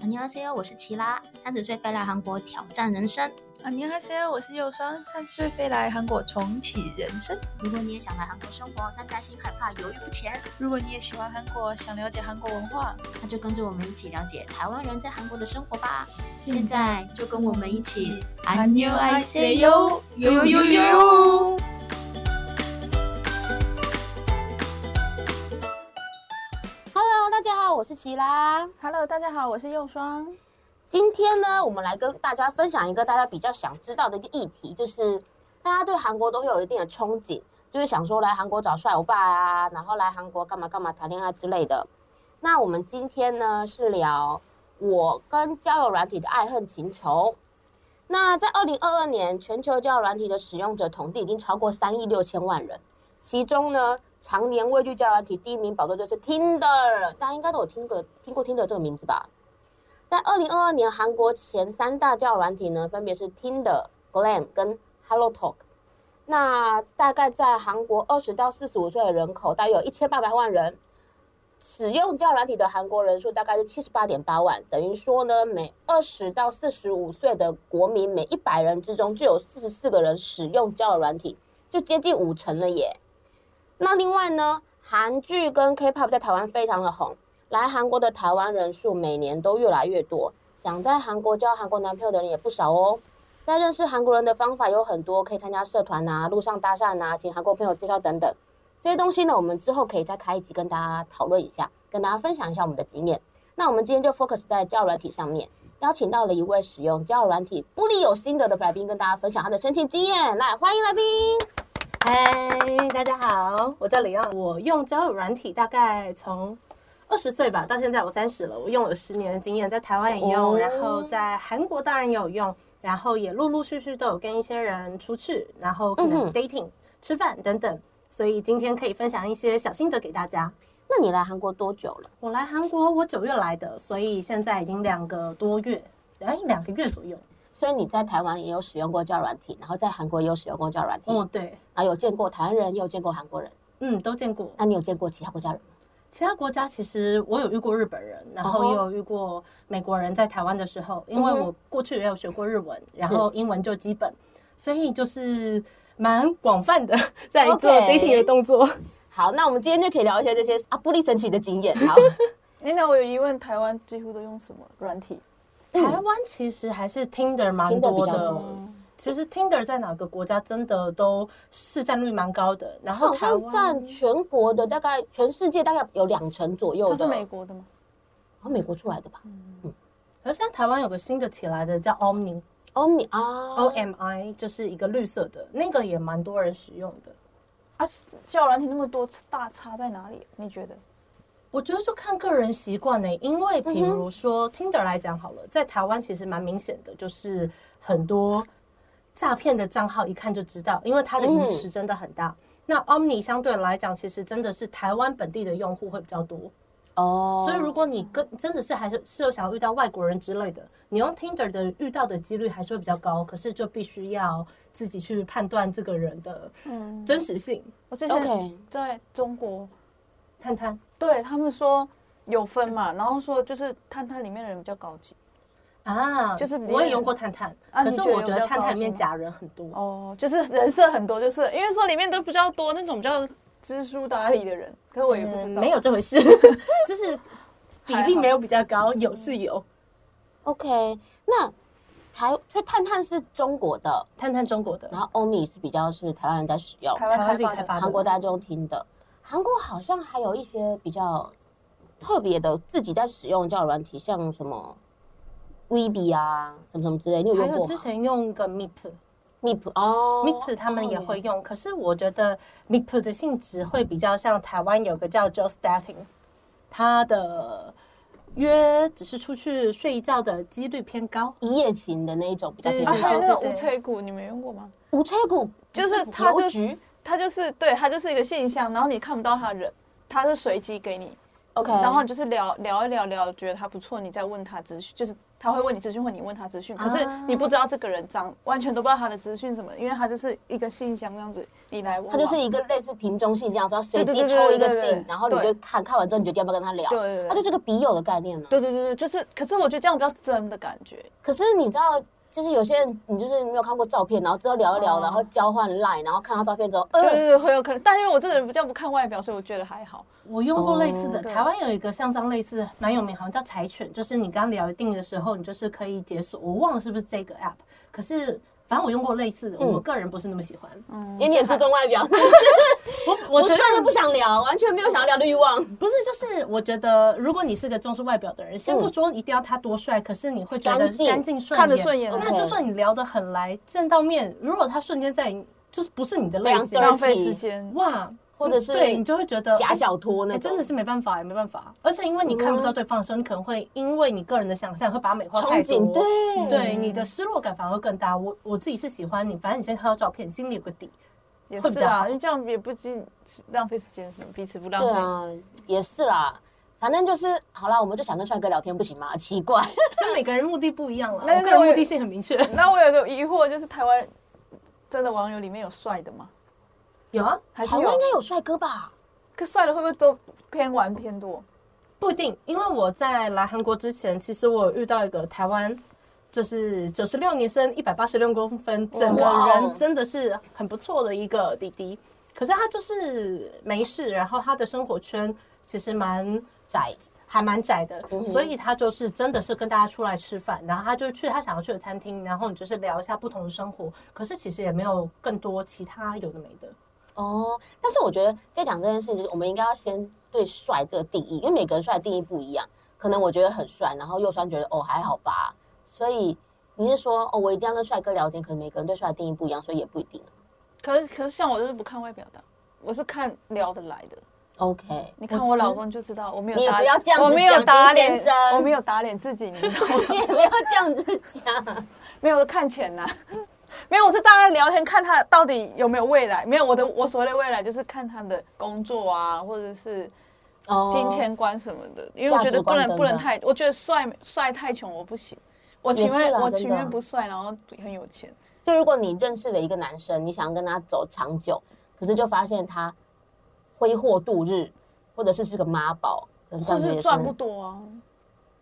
안녕하세요，我是齐拉，三十岁飞来韩国挑战人生。啊，你好，我是右双，三十岁飞来韩国重启人生。如果你也想来韩国生活，但担心害怕犹豫不前，如果你也喜欢韩国，想了解韩国文化，那就跟着我们一起了解台湾人在韩国的生活吧。现在就跟我们一起，안녕하세哟，哟哟哟哟。Hello，大家好，我是齐拉。 Hello，大家好，我是右双。今天呢，我们来跟大家分享一个大家比较想知道的一个议题，就是大家对韩国都会有一定的憧憬，就是想说来韩国找帅欧巴啊，然后来韩国干嘛干嘛谈恋爱之类的。那我们今天呢是聊我跟交友软体的爱恨情仇。那在二零二二年，全球交友软体的使用者统计已经超过三亿六千万人，其中呢，常年位居交友软体第一名宝座就是 Tinder，大家应该都有听过听过 Tinder 这个名字吧？在二零二二年，韩国前三大交友软体呢，分别是 Tinder、Glam 跟 Hello Talk。那大概在韩国二十到四十五岁的人口，大约有一千八百万人。使用交友软体的韩国人数大概是七十八点八万，等于说呢，每二十到四十五岁的国民每一百人之中就有四十四个人使用交友软体，就接近五成了耶。那另外呢，韩剧跟 K-pop 在台湾非常的红，来韩国的台湾人数每年都越来越多，想在韩国交韩国男朋友的人也不少哦。在认识韩国人的方法有很多，可以参加社团啊、路上搭讪啊、请韩国朋友介绍等等。这些东西呢，我们之后可以再开一集跟大家讨论一下，跟大家分享一下我们的经验。那我们今天就 focus 在交友软体上面，邀请到了一位使用交友软体不离有心得的来宾，跟大家分享他的申请经验。来，欢迎来宾。嗨，大家好，我叫李昂。我用交友软体大概从二十岁吧，到现在我三十了，我用了十年的经验，在台湾也用，哦然后在韩国当然也有用，然后也陆陆续续都有跟一些人出去，然后可嗯哼能 dating、吃饭等等，所以今天可以分享一些小心得给大家。那你来韩国多久了？我来韩国，我九月来的，所以现在已经两个多月，哎，两个月左右。所以你在台湾也有使用过交友软体，然后在韩国也有使用过交友软体，哦，对，然后啊有见过台湾人，也有见过韩国人。嗯，都见过。那你有见过其他国家人吗？其他国家其实我有遇过日本人，然后也有遇过美国人，在台湾的时候，因为哦嗯哼我过去也有学过日文，然后英文就基本，所以就是蛮广泛的 在做 OK dating 的动作。好，那我们今天就可以聊一些这些啊不利神奇的经验。 好，哎，那我有疑问，台湾几乎都用什么软体？台湾其实还是 Tinder 蛮嗯 Tinder 多比较的多，嗯其实 Tinder 在哪个国家真的都市占率蛮高的，然哦好后台像湾占全国的大概全世界大概有两成左右它的，是美国的吗？哦美国出来的吧？而现在台湾有个新的起来的叫 Omni 欧米啊 O M I，就是一个绿色的，那个也蛮多人使用的。啊，交友软体那么多，大差在哪里？你觉得？我觉得就看个人习惯呢，因为比如说 Tinder 来讲好了，在台湾其实蛮明显的，就是很多诈骗的账号一看就知道，因为它的鱼嗯池真的很大。那 Omni 相对来讲，其实真的是台湾本地的用户会比较多，哦，所以如果你跟真的是还是是有想要遇到外国人之类的，你用 Tinder 的遇到的几率还是会比较高，可是就必须要自己去判断这个人的嗯，真实性。我之前 OK 在中国，探探，对他们说有分嘛，嗯然后说就是探探里面的人比较高级。啊，就是比我也用过探探，啊可你是觉得我有觉比较得探高探级里面吗假人很嗯多。哦，就是人设很多，就是因为说里面都比较多那种比较知书达理的人，可是我也不知嗯道，没有这回事， 就是比例没有比较高，有嗯是有。 OK，那台所以探探是中国的，探探中国的，然后欧米是比较是台湾人在使用，台湾台湾自己开开发发的的，韩国大家就用听的，韩国好像还有一些比较特别的自己在使用的交友软体，像什么 Weeby 啊，什么什么之类，你有还用有过之吗前用个 Meep，Meep ？Meep 哦他们也会用，可是我觉得 Meep 的性质会比较像台湾有个叫 Just Dating，它的约只是出去睡一觉的几率偏高。一夜情的那一种比较对偏啊，对还有向那种对对无吹鼓，你们用过吗？无车股，就是它邮就嗯局它就是对，它就是一个现象，然后你看不到他人，它是随机给你 OK，然后你就是聊聊一聊聊，觉得他不错，你再问他资讯，就是他会问你资讯，或你问他资啊讯，可是你不知道这个人长，完全都不知道他的资讯什么，因为他就是一个信箱这样子，你来我往，它就是一个类似瓶中信这样，它随对机对对抽一个对对对信，然后你对就看看完之后，你决定要不要跟他聊，对对对它就是个笔友的概念呢。对对对对，就是，可是我觉得这样比较真的感觉，可是你知道，就是有些人，你就是没有看过照片，然后之后聊一聊，哦然后交换 line，然后看到照片之后，对对呃，对，会有可能，但因为我这个人比较不看外表，所以我觉得还好。我用过类似的，哦对台湾有一个像这样类似蛮有名，好像叫柴犬，就是你刚聊一定的时候，你就是可以解锁，我忘了是不是这个 app，可是反正我用过类似的，嗯我个人不是那么喜欢，因为你很注重外表， 我我我突觉得嗯然就不想聊，完全没有想要聊的欲望。不是，就是我觉得，如果你是个重视外表的人，先不说一定要他多帅，可是你会觉嗯得干净干净顺眼，看得顺眼那 OK 就算你聊得很来，见到面，如果他瞬间在你，就是不是你的类非型，浪常费时间，哇，或者是对你就会觉得夹脚拖那哎，种，嗯真的是没办法，也没办法。而且因为你看不到对方的时候，你可能会因为你个人的想象会把它美化太憧多，嗯憬，对对你的失落感反而会更大。我我自己是喜欢你，反正你先看到照片，心里有个底。也会比是较啦，好因为这样也不仅浪费时间，什么彼此不浪对费。啊，也是啦。反正就是好啦，我们就想跟帅哥聊天，不行吗？ 奇怪，就每个人目的不一 样了，那我个那人我目也的性很明确。那我有个疑惑，就是台湾真的网友里面有帅的吗？有啊，还是台湾应有？该有帅哥吧？可帅的会不会都偏玩偏多？不一定，因为我在来韩国之前，其实我有遇到一个台湾，就是九十六年生，一百八十六公分，整个哇哦人真的是很不错的一个弟弟。可是他就是没事，然后他的生活圈其实蛮窄，还蛮窄的，嗯哼所以他就是真的是跟大家出来吃饭，然后他就去他想要去的餐厅，然后你就是聊一下不同的生活，可是其实也没有更多其他有的没的。哦，但是我觉得在讲这件事情，就是我们应该要先对帅这个定义，因为每个人帅的定义不一样。可能我觉得很帅，然后右酸觉得哦还好吧。所以你是说哦，我一定要跟帅哥聊天？可能每个人对帅的定义不一样，所以也不一定。可是可是像我就是不看外表的，我是看聊得来的。 OK，你看我老公就知道我没你也有打，不要这样子我没有讲打金先脸生，我没有打脸自己，你知道吗？ 你也不要这样子讲。没有看钱呐、 没有，我是大概聊天看他到底有没有未来。没有，我的我所谓的未来就是看他的工作啊，或者是哦金钱观什么的，因为我价值觉得不观能等不能等太，我觉得帅帅太穷我不行，我情也愿是啦我真情的愿不帅，然后很有钱，就如果你认识了一个男生，你想跟他走长久，可是就发现他挥霍度日，或者是是个妈宝，可能这或样子是也赚是不多啊，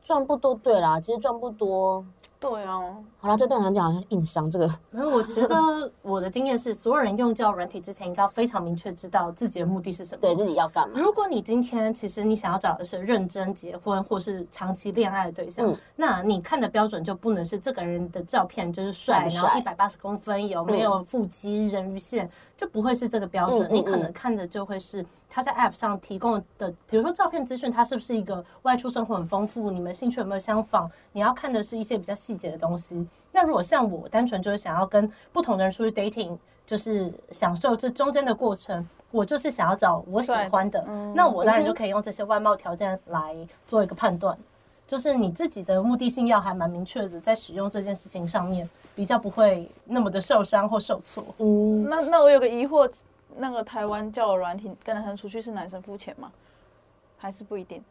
赚不多。对啦，其实赚不多。对啊，好啦，这段讲讲好像硬伤这个。然后我觉得我的经验是，所有人用交友软体之前，应该要非常明确知道自己的目的是什么。对自己要干嘛。 如果你今天其实你想要找的是认真结婚或是长期恋爱的对象，嗯那你看的标准就不能是这个人的照片就是帅，帅不帅然后一百八十公分有没有腹肌、人鱼线，就不会是这个标准。嗯嗯你可能看的就会是他在 App 上提供的，比如说照片资讯，他是不是一个外出生活很丰富，你们兴趣有没有相仿？你要看的是一些比较细节的东西。那如果像我，单纯就是想要跟不同的人出去 dating，就是享受这中间的过程。我就是想要找我喜帅的欢的，嗯那我当然嗯哼就可以用这些外貌条件来做一个判断，就是你自己的目的性要还蛮明确的，在使用这件事情上面比较不会那么的受伤或受挫。嗯，那那我有个疑惑，那个台湾交友软体跟男生出去是男生付钱吗？还是不一定？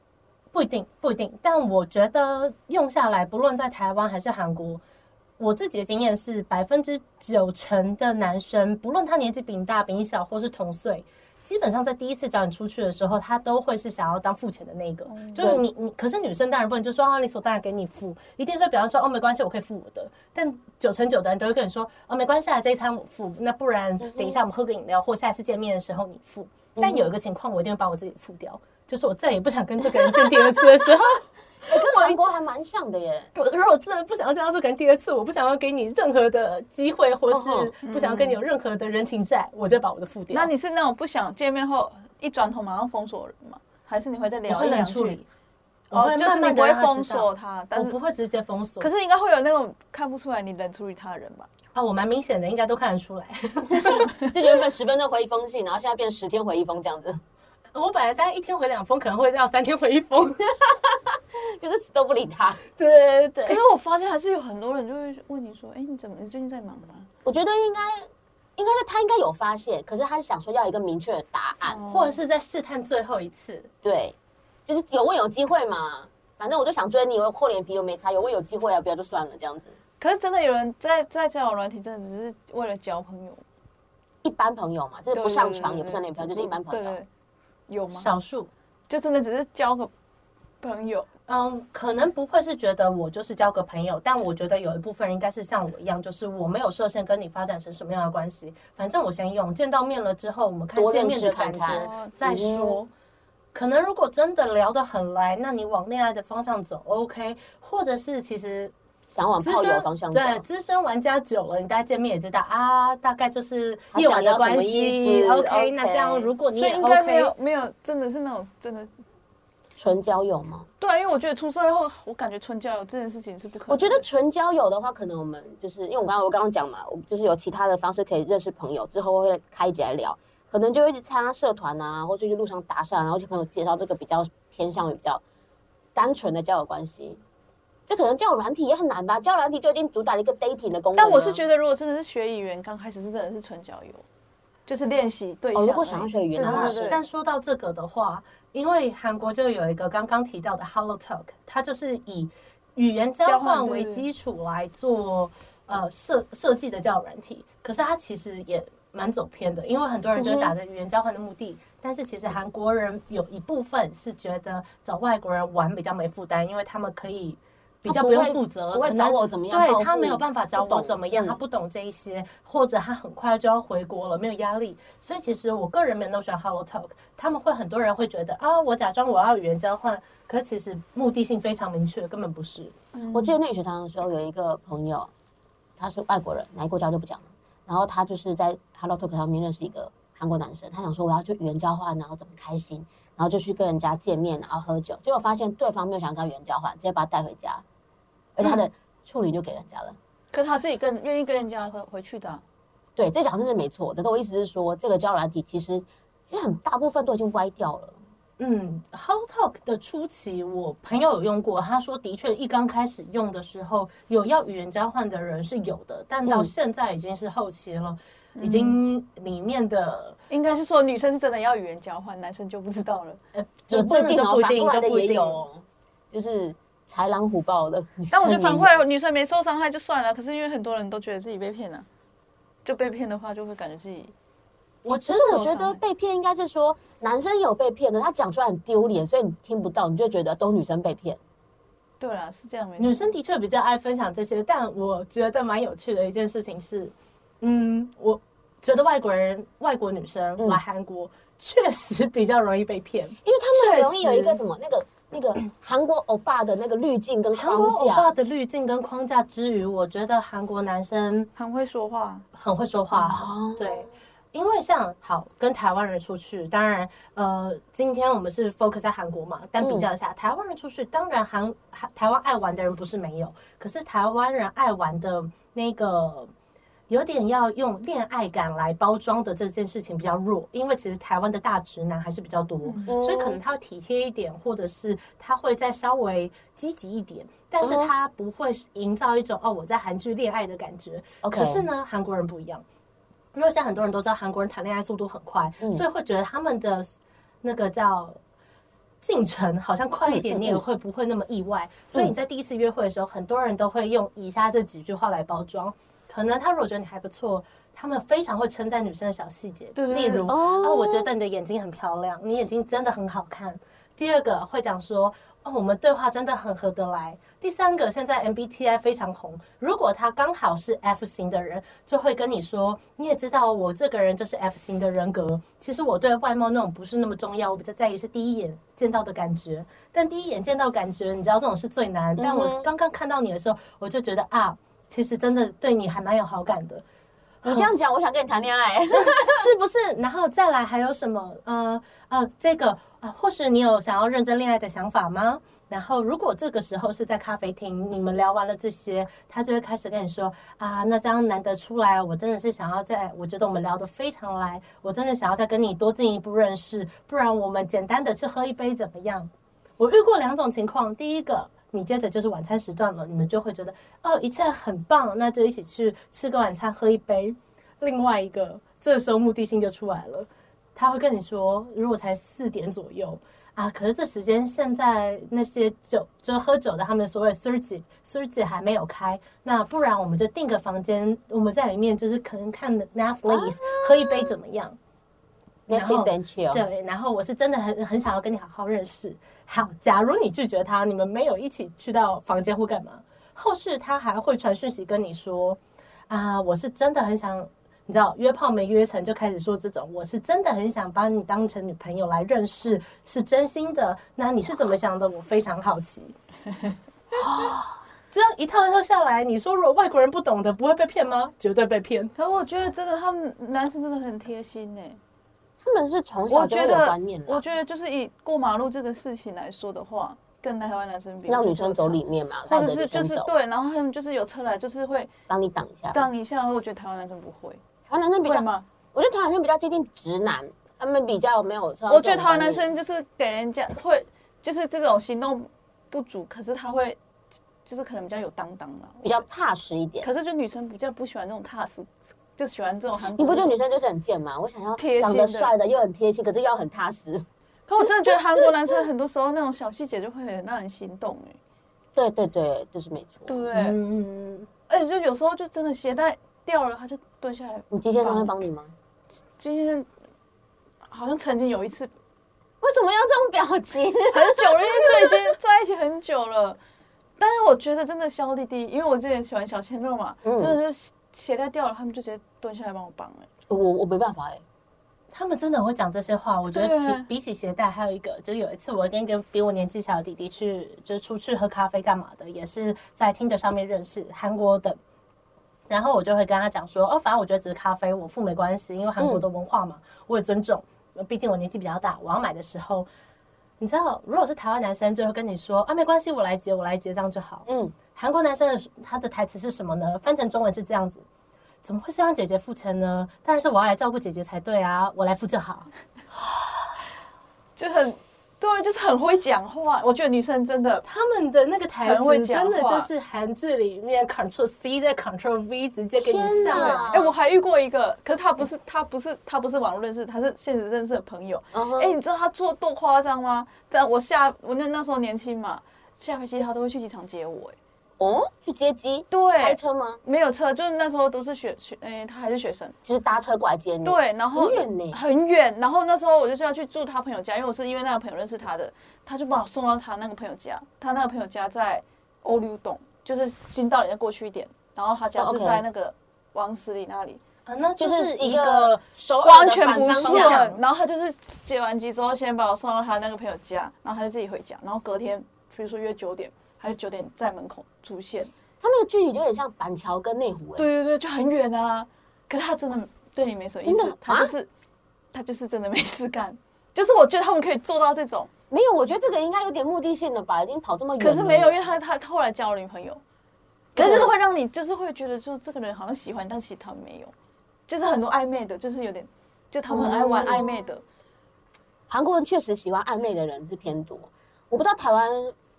不一定，不一定，但我觉得用下来，不论在台湾还是韩国，我自己的经验是，百分之九成的男生，不论他年纪比你大、比你小，或是同岁。基本上在第一次找你出去的时候，他都会是想要当付钱的那一个，就是你你。可是女生当然不能就说啊理所当然给你付，一定说比方说哦没关系我可以付我的，但九成九的人都会跟你说哦没关系啊这一餐我付，那不然等一下我们喝个饮料或下次见面的时候你付。但有一个情况我一定会把我自己付掉，就是我再也不想跟这个人见第二次的时候，欸跟韩国还蛮像的耶。我如果真的不想要见到这个人第二次，我不想要给你任何的机会，或哦是不想要跟你有任何的人情债，我就把我的付掉。那你是那种不想见面后一转头马上封锁人吗？还是你会再我聊会一两冷处句理？，我哦，会就是慢慢地你不会让他封知道锁他，但我是不会直接封锁。可是应该会有那种看不出来你冷处理他的人吧？啊，我蛮明显的，应该都看得出来。就原本十分钟回一封信，然后现在变十天回一封这样子，我本来大概一天回两封，可能会到三天回一封。就是死都不理他。对对可对是，我发现还是有很多人就会问你说，哎、你怎么你最近在忙吗？我觉得应该，应该是他应该有嗯发现，可是他是想说要一个明确的答案。或者是在试探最后一次。对，就是有问有机会嘛。反正我就想追你，我厚脸皮又没差，有问有机会啊，不要就算了这样子。可是真的有人在在交友软体，真的只是为了交朋友，一般朋友嘛，就是不上床也不算对脸嗯皮，就是一般朋对友。对，有吗？少数。就真的只是交个朋友，嗯，可能不会是觉得我就是交个朋友，但我觉得有一部分人应该是像我一样，就是我没有设限跟你发展成什么样的关系，反正我先用，见到面了之后，我们看多认见面的识看感觉看哦再说。可能如果真的聊得很来，那你往恋爱的方向走，OK，或者是其实想往资炮友深方向走，对资深玩家久了，你大家见面也知道啊，大概就是他夜想晚要的什关么意系思，OK， ，OK 那这样如果你所以也应该 OK，没有没有真的是那种真的纯交友吗？对，啊因为我觉得出社会后，我感觉纯交友这件事情是不可能的。我觉得纯交友的话，可能我们就是因为我刚刚我刚刚讲嘛，我们就是有其他的方式可以认识朋友，之后会开一集来聊，可能就会去参加社团啊，或者去路上搭讪啊，然后去朋友介绍这个比较偏向于比较单纯的交友关系。这可能交友软体也很难吧？交友软体就已经主打了一个 dating 的功能了。啊但我是觉得，如果真的是学语言，刚开始是真的是纯交友，就是练习对象而哦已。如果想要学语言的话啊对对对，但说到这个的话，因为韩国就有一个刚刚提到的 Hello Talk，它就是以语言交交换换对为基础来做呃设设计的交友软体，可是它其实也蛮走偏的，因为很多嗯人就是打着语言交换的目的。但是其实韩国人有一部分是觉得找外国人玩比较没负担，因为他们可以比他较不不用会负责，不会可找能我怎么样报复对他没有办法找不我懂怎么样，嗯他不懂这一些，或者他很快就要回国了，没有压力。所以其实我个人没有那么喜欢 Hello Talk，他们会很多人会觉得啊，我假装我要语言交换，可其实目的性非常明确，根本不是。我记得念语学堂的时候，有一个朋友，他是外国人，哪一国家就不讲了。然后他就是在 Hello Talk 上面认识一个韩国男生，他想说我要去语言交换，然后怎么开心，然后就去跟人家见面，然后喝酒。结果发现对方没有想跟他语言交换，直接把他带回家，而且他的处女就给人家了。可他自己跟愿意跟人家回回去的啊、对，这讲真是没错的。但我意思是说，这个交友软体其实其实很大部分都已经歪掉了。嗯，Hello Talk 的初期，我朋友有用过，他说的确一刚开始用的时候，有要语言交换的人是有的，但到嗯现在已经是后期了，已经里面的。应该是说女生是真的要语言交换，男生就不知道 了。呃就就不一真的定都哦，不一反定，过来都的不一也定有哦，就是豺狼虎豹的。 但我觉得反过，来，女生没受伤害就算了。可是因为很多人都觉得自己被骗了、就被骗的话，就会感觉自己我其真实的我受觉伤得欸被骗应该是说男生有被骗的，他讲出来很丢脸，所以你听不到，你就觉得都女生被骗。对啦，是这样没错女生的确比较爱分享这些，但我觉得蛮有趣的一件事情是，嗯，我觉得外国人、外国女生嗯来韩国确实比较容易被骗。因为他们很容确易有一个实什么那个那 个韩国欧巴的那个滤镜跟韩国框欧巴架，的滤镜跟框架之余，我觉得韩国男生很会说话，很会说话，哦对。因为像好跟台湾人出去，当然，呃，今天我们是 focus 在韩国嘛，但比较一下、台湾人出去，当然韩韩台湾爱玩的人不是没有，可是台湾人爱玩的那个有点要用恋爱感来包装的这件事情比较弱，因为其实台湾的大直男还是比较多，嗯所以可能他会体贴一点，或者是他会再稍微积极一点，但是嗯他不会营造一种哦我在韩剧恋爱的感觉。 OK 可是呢，韩国人不一样，因为现在很多人都知道韩国人谈恋爱速度很快，嗯所以会觉得他们的那个叫。进程好像快一嗯嗯点，嗯你也会不会那么意外？所以你在第一次约会的时候，很多人都会用以下这几句话来包装。可能他如果觉得你还不错，他们非常会称赞女生的小细节，对对例对如哦啊，我觉得你的眼睛很漂亮，你眼睛真的很好看。第二个会讲说，哦，我们对话真的很合得来。第三个，现在 MBTI 非常红，如果他刚好是 F 型的人，就会跟你说，你也知道我这个人就是 F 型的人格。其实我对外貌那种不是那么重要，我比较在意是第一眼见到的感觉。但第一眼见到感觉，你知道这种是最难。但嗯我哼刚刚看到你的时候，我就觉得啊，其实真的对你还蛮有好感的。你这样讲，我想跟你谈恋嗯 爱。是不是？然后再来还有什么？呃呃，这个啊、或许你有想要认真恋爱的想法吗？然后如果这个时候是在咖啡厅，你们聊完了这些，他就会开始跟你说啊，那这样难得出来，我真的是想要在，我觉得我们聊得非常来，我真的想要再跟你多进一步认识，不然我们简单的去喝一杯怎么样？我遇过两种情况，第一个。你接着就是晚餐时段了，你们就会觉得哦，一切很棒，那就一起去吃个晚餐，喝一杯。另外一个，这时候目的性就出来了。他会跟你说，如果才四点左右啊，可是这时间现在那些酒就喝酒的，他们所谓 surge surge 还没有开，那不然我们就订个房间，我们在里面就是可能看 Netflix、喝一杯怎么样？然后 Netflix and chill 对，然后我是真的很很想要跟你好好认识。好，假如你拒绝他，你们没有一起去到房间或干嘛，后续他还会传讯息跟你说啊，我是真的很想，你知道约炮没约成就开始说这种，我是真的很想把你当成女朋友来认识，是真心的。那你是怎么想的？我非常好奇。 这样一套一套下来，你说如果外国人不懂的不会被骗吗？绝对被骗。可我觉得真的，他们男生真的很贴心呢、他们是从我小就觉会有得观念，我的，觉得就是以过马路这个事情来说的话，跟台湾男生比，让我觉女得生有走差里，面嘛，或带者着是女就生是走对，然后他们就是有车来，就是会帮你挡一下。挡一下。我觉得台湾男生不会，台湾男生比会较，吗？我觉得台湾男生比较接近直男，他们比较没有。我觉得台湾男生就是给人家会，就是这种行动不足，可是他会就是可能比较有担当啦。比较踏实一点。可是就女生比较不喜欢这种踏实，就喜欢这种韩你国。不觉得女生就是很贱吗？我想要贴长心得的帅的又很贴心，可是又很踏实。可我真的觉得韩国男生很多时候那种小细节就会很让人心动哎、对对对，就是没对错。不对？嗯，而且就有时候就真的鞋带掉了，他就蹲下来。你机械上会帮你吗？今天好像曾经有一次为什么要这种表情？ 很久了，因为就已经在一起很久了。但是我觉得真的小弟弟，因为我之前喜欢小鲜肉嘛，嗯真的就是鞋带掉了，他们就直接蹲下来帮我绑哎、我我没办法哎、他们真的会讲这些话，我觉对得啊比比起携带，还有一个就是有一次我跟一个比我年纪小的弟弟去，就是出去喝咖啡干嘛的，也是在 Tinder 上面认识韩国的，然后我就会跟他讲说，哦，反正我觉得只是咖啡，我付没关系，因为韩国的文化嘛，我也尊重，毕竟我年纪比较大，我要买的时候。你知道，如果是台湾男生，就会跟你说啊，没关系，我来结，我来结，这样就好。嗯，韩国男生的他的台词是什么呢？翻成中文是这样子：怎么会是让姐姐付钱呢？当然是我要来照顾姐姐才对啊，我来付就好。就很对，就是很会讲话。我觉得女生真的他们的那个台很会词讲真话的就是韩剧里面 Ctrl C 再 Ctrl V 直接给你天上哪来。哎、我还遇过一个，可是他嗯不是他不是他不是网络认识，他是现实认识的朋友。嗯哎、哼你知道他做多夸张吗？在我下我那那时候年轻嘛，下飞机他都会去机场接我、哎，哦，去接机，开对，车吗？没有车，就是那时候都是学学，哎、他还是学生。就是搭车过来接你。，对，然后很远呢很远然后那时候我就是要去住他朋友家，因为我是因为那个朋友认识他的，他就把我送到他那个朋友家。他那个朋友家在欧流洞，就是新道里再过去一点，然后他家哦是，OK 在那个王十里那里。啊那就就是是一一个个手完全不是是，向然后他就是接完机之后，先把我送到他那个朋友家，然后他就自己回家，然后隔天，比如说约九点，他就九点在门口出现。它那个距离就有点像板桥跟内湖哎、对对对，就很远啊。可是他真的对你没什么意真的思，他就是、他就是真的没事干。 就是我觉得他们可以做到这种，没有，我觉得这个应该有点目的性了吧？已经跑这么远了，可是没有，因为他他他后来交了女朋友，可是就是会让你就是会觉得说这个人好像喜欢，但其实他没有，就是很多暧昧的，就是有点，就他们很爱玩哦暧昧的。韩国人确实喜欢暧昧的人是偏多，我不知道台湾，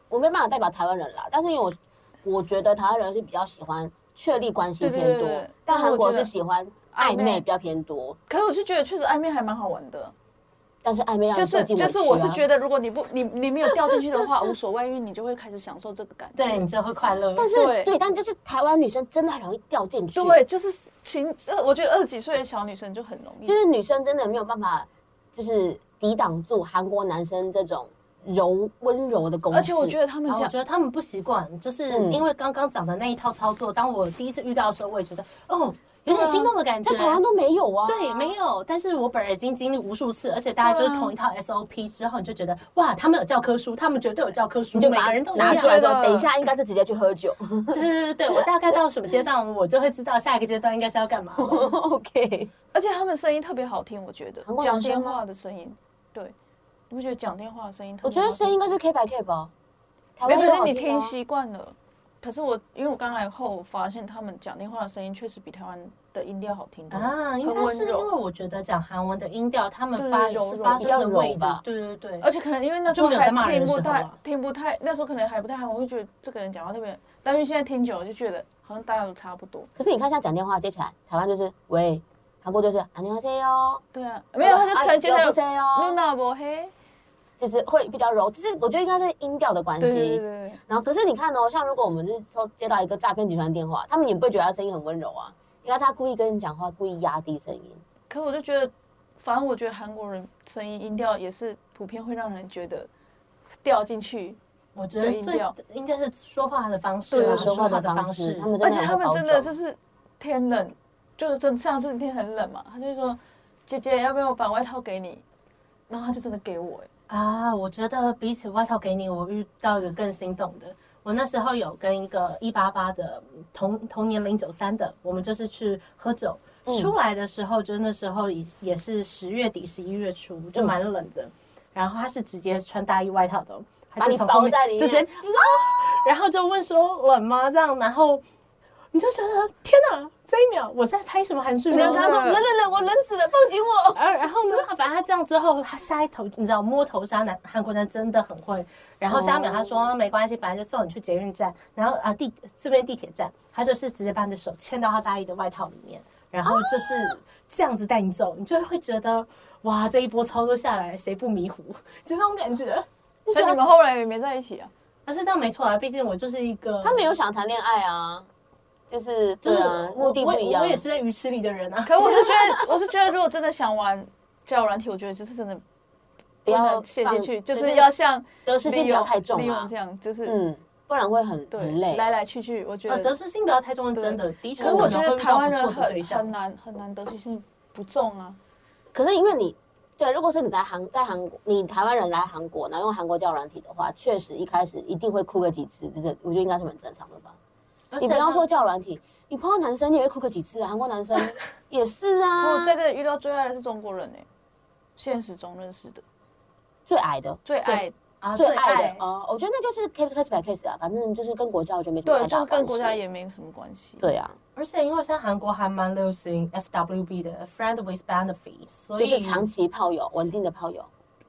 我没办法代表台湾人啦，但是因为我我觉得台湾人是比较喜欢确立关系对对偏对多，对对但但是韩我国觉是得喜欢暧暧昧昧比较偏多，可是我是觉得确实暧昧还蛮好玩的，但是暧昧让就人受是尽就委屈是，啊我是觉得，如果你不你你没有掉进去的话，无所谓，因为你就会开始享受这个感觉。对你就会快乐。但是对对，但就是台湾女生真的很容易掉进去，对，就是情，呃我觉得二十几岁的小女生就很容易就。是女生真的没有办法，就是抵挡住韩国男生这种柔温柔的攻势，而且我觉得他们啊我讲，觉得他们不习惯，就是嗯因为刚刚讲的那一套操作，当我第一次遇到的时候，我也觉得哦，有对点啊心动的感觉。在台湾都没有啊，对，没有。但是我本人已经经历无数次，而且大家就对啊是同一套 SOP 之后，你就觉得哇，他们有教科书，他们绝对有教科书，你就每把个人都一拿样出来说，觉得等一下应该是直接去喝 酒对对对对，我大概到什么阶段，我就会知道下一个阶段应该是要干嘛了。 ，OK。而且他们声音特别好听，我觉得韩国讲男生电吗话的声音，对，你不觉得讲电话的声音特我别觉好听？得声音应该是 K 白 K 吧，台没有，湾可人是好你啊听习惯了。可是我，因为我刚来后，我发现他们讲电话的声音确实比台湾的音调好听多了啊，应很该温是因柔为我觉得讲韩文的音调，他们对发柔是柔发比声较的柔位置吧，对对对。而且可能因为那时就候没有在还骂人的听不时候太啊听不太，那时候可能还不太好，我会觉得这个人讲话特别，但是现在听久了就觉得好像大家都差不多。可是你看，像讲电话接起来，台湾就是喂韩国就是안녕하세요，对啊，没有，他就突然接下来哦不요， Luna 不黑，就是会比较柔，就是我觉得应该是音调的关系。对对对对对，然后可是你看哦，像如果我们是说接到一个诈骗集团电话，他们也不会觉得他声音很温柔啊，因为他故意跟你讲话，故意压低声音。可我就觉得，反正我觉得韩国人声音音调也是普遍会让人觉得掉进去，我觉得音最调应该是说话的方式对啊，对说话的的方方式式他。们真的而且他们真的是就是天冷，就是真像这几天很冷嘛，他就说姐姐要不要我把外套给你，然后他就真的给我、 欸，啊，我觉得比起外套给你，我遇到一个更心动的。我那时候有跟一个一八八的同同年龄九三的，我们就是去喝酒，嗯出来的时候就那时候也也是十月底十一月初，嗯就蛮冷的。然后他是直接穿大衣外套的哦，他把就你从后包面在里就面，直接啊然后就问说冷吗？这样，然后你就觉得天哪，这一秒我在拍什么韩剧吗？没有真跟的他说冷冷冷，我冷死了，放紧我。而然后呢，反正他这样之后，他下一头你知道摸头杀男韩国男真的很会。然后下一秒他说、没关系，反正就送你去捷运站，然后啊地这边地铁站，他就是直接把你的手牵到他大衣的外套里面，然后就是这样子带你走，你就会觉得哇，这一波操作下来谁不迷糊，就这种感觉。所以你们后来也没在一起 啊？但是这样没错啊，毕竟我就是一个他没有想谈恋爱啊，就是就对是啊，我目的不一样。我我也是在鱼池里的人啊。可我是觉得，我是觉得，如果真的想玩交友软体，我觉得就是真的不不要能陷放进去，就就是是要像得失心不利要用太重利啊用这，样就是嗯，不然会很对很累。哦来来去去，我觉呃，得得。失心不要太重，真的，的确可是我们觉会得遇到台湾不错人的对很象很难很难得失心不重啊，可是因为你对，如果是你在韩在韩国，你台湾人来韩国，然后用韩国交友软体的话，确实一开始一定会哭个几次，这个我觉得应该是蛮正常的吧。而你且不要他说交友软体，你碰到男生你也会哭个几次啊，韩国男生也是啊。我在这里遇到最爱的是中国人呢、欸现实中认识的最矮的。最爱，啊最爱的哦，我觉得那就是 case case by case 啊，反正就是跟国家我觉得没什么对，太就大是的关跟国家系。也没什么关系。对啊，而且因为现在韩国还蛮流行 FWB 的 Friend with Benefit，所就以是长期炮友，稳定的炮友。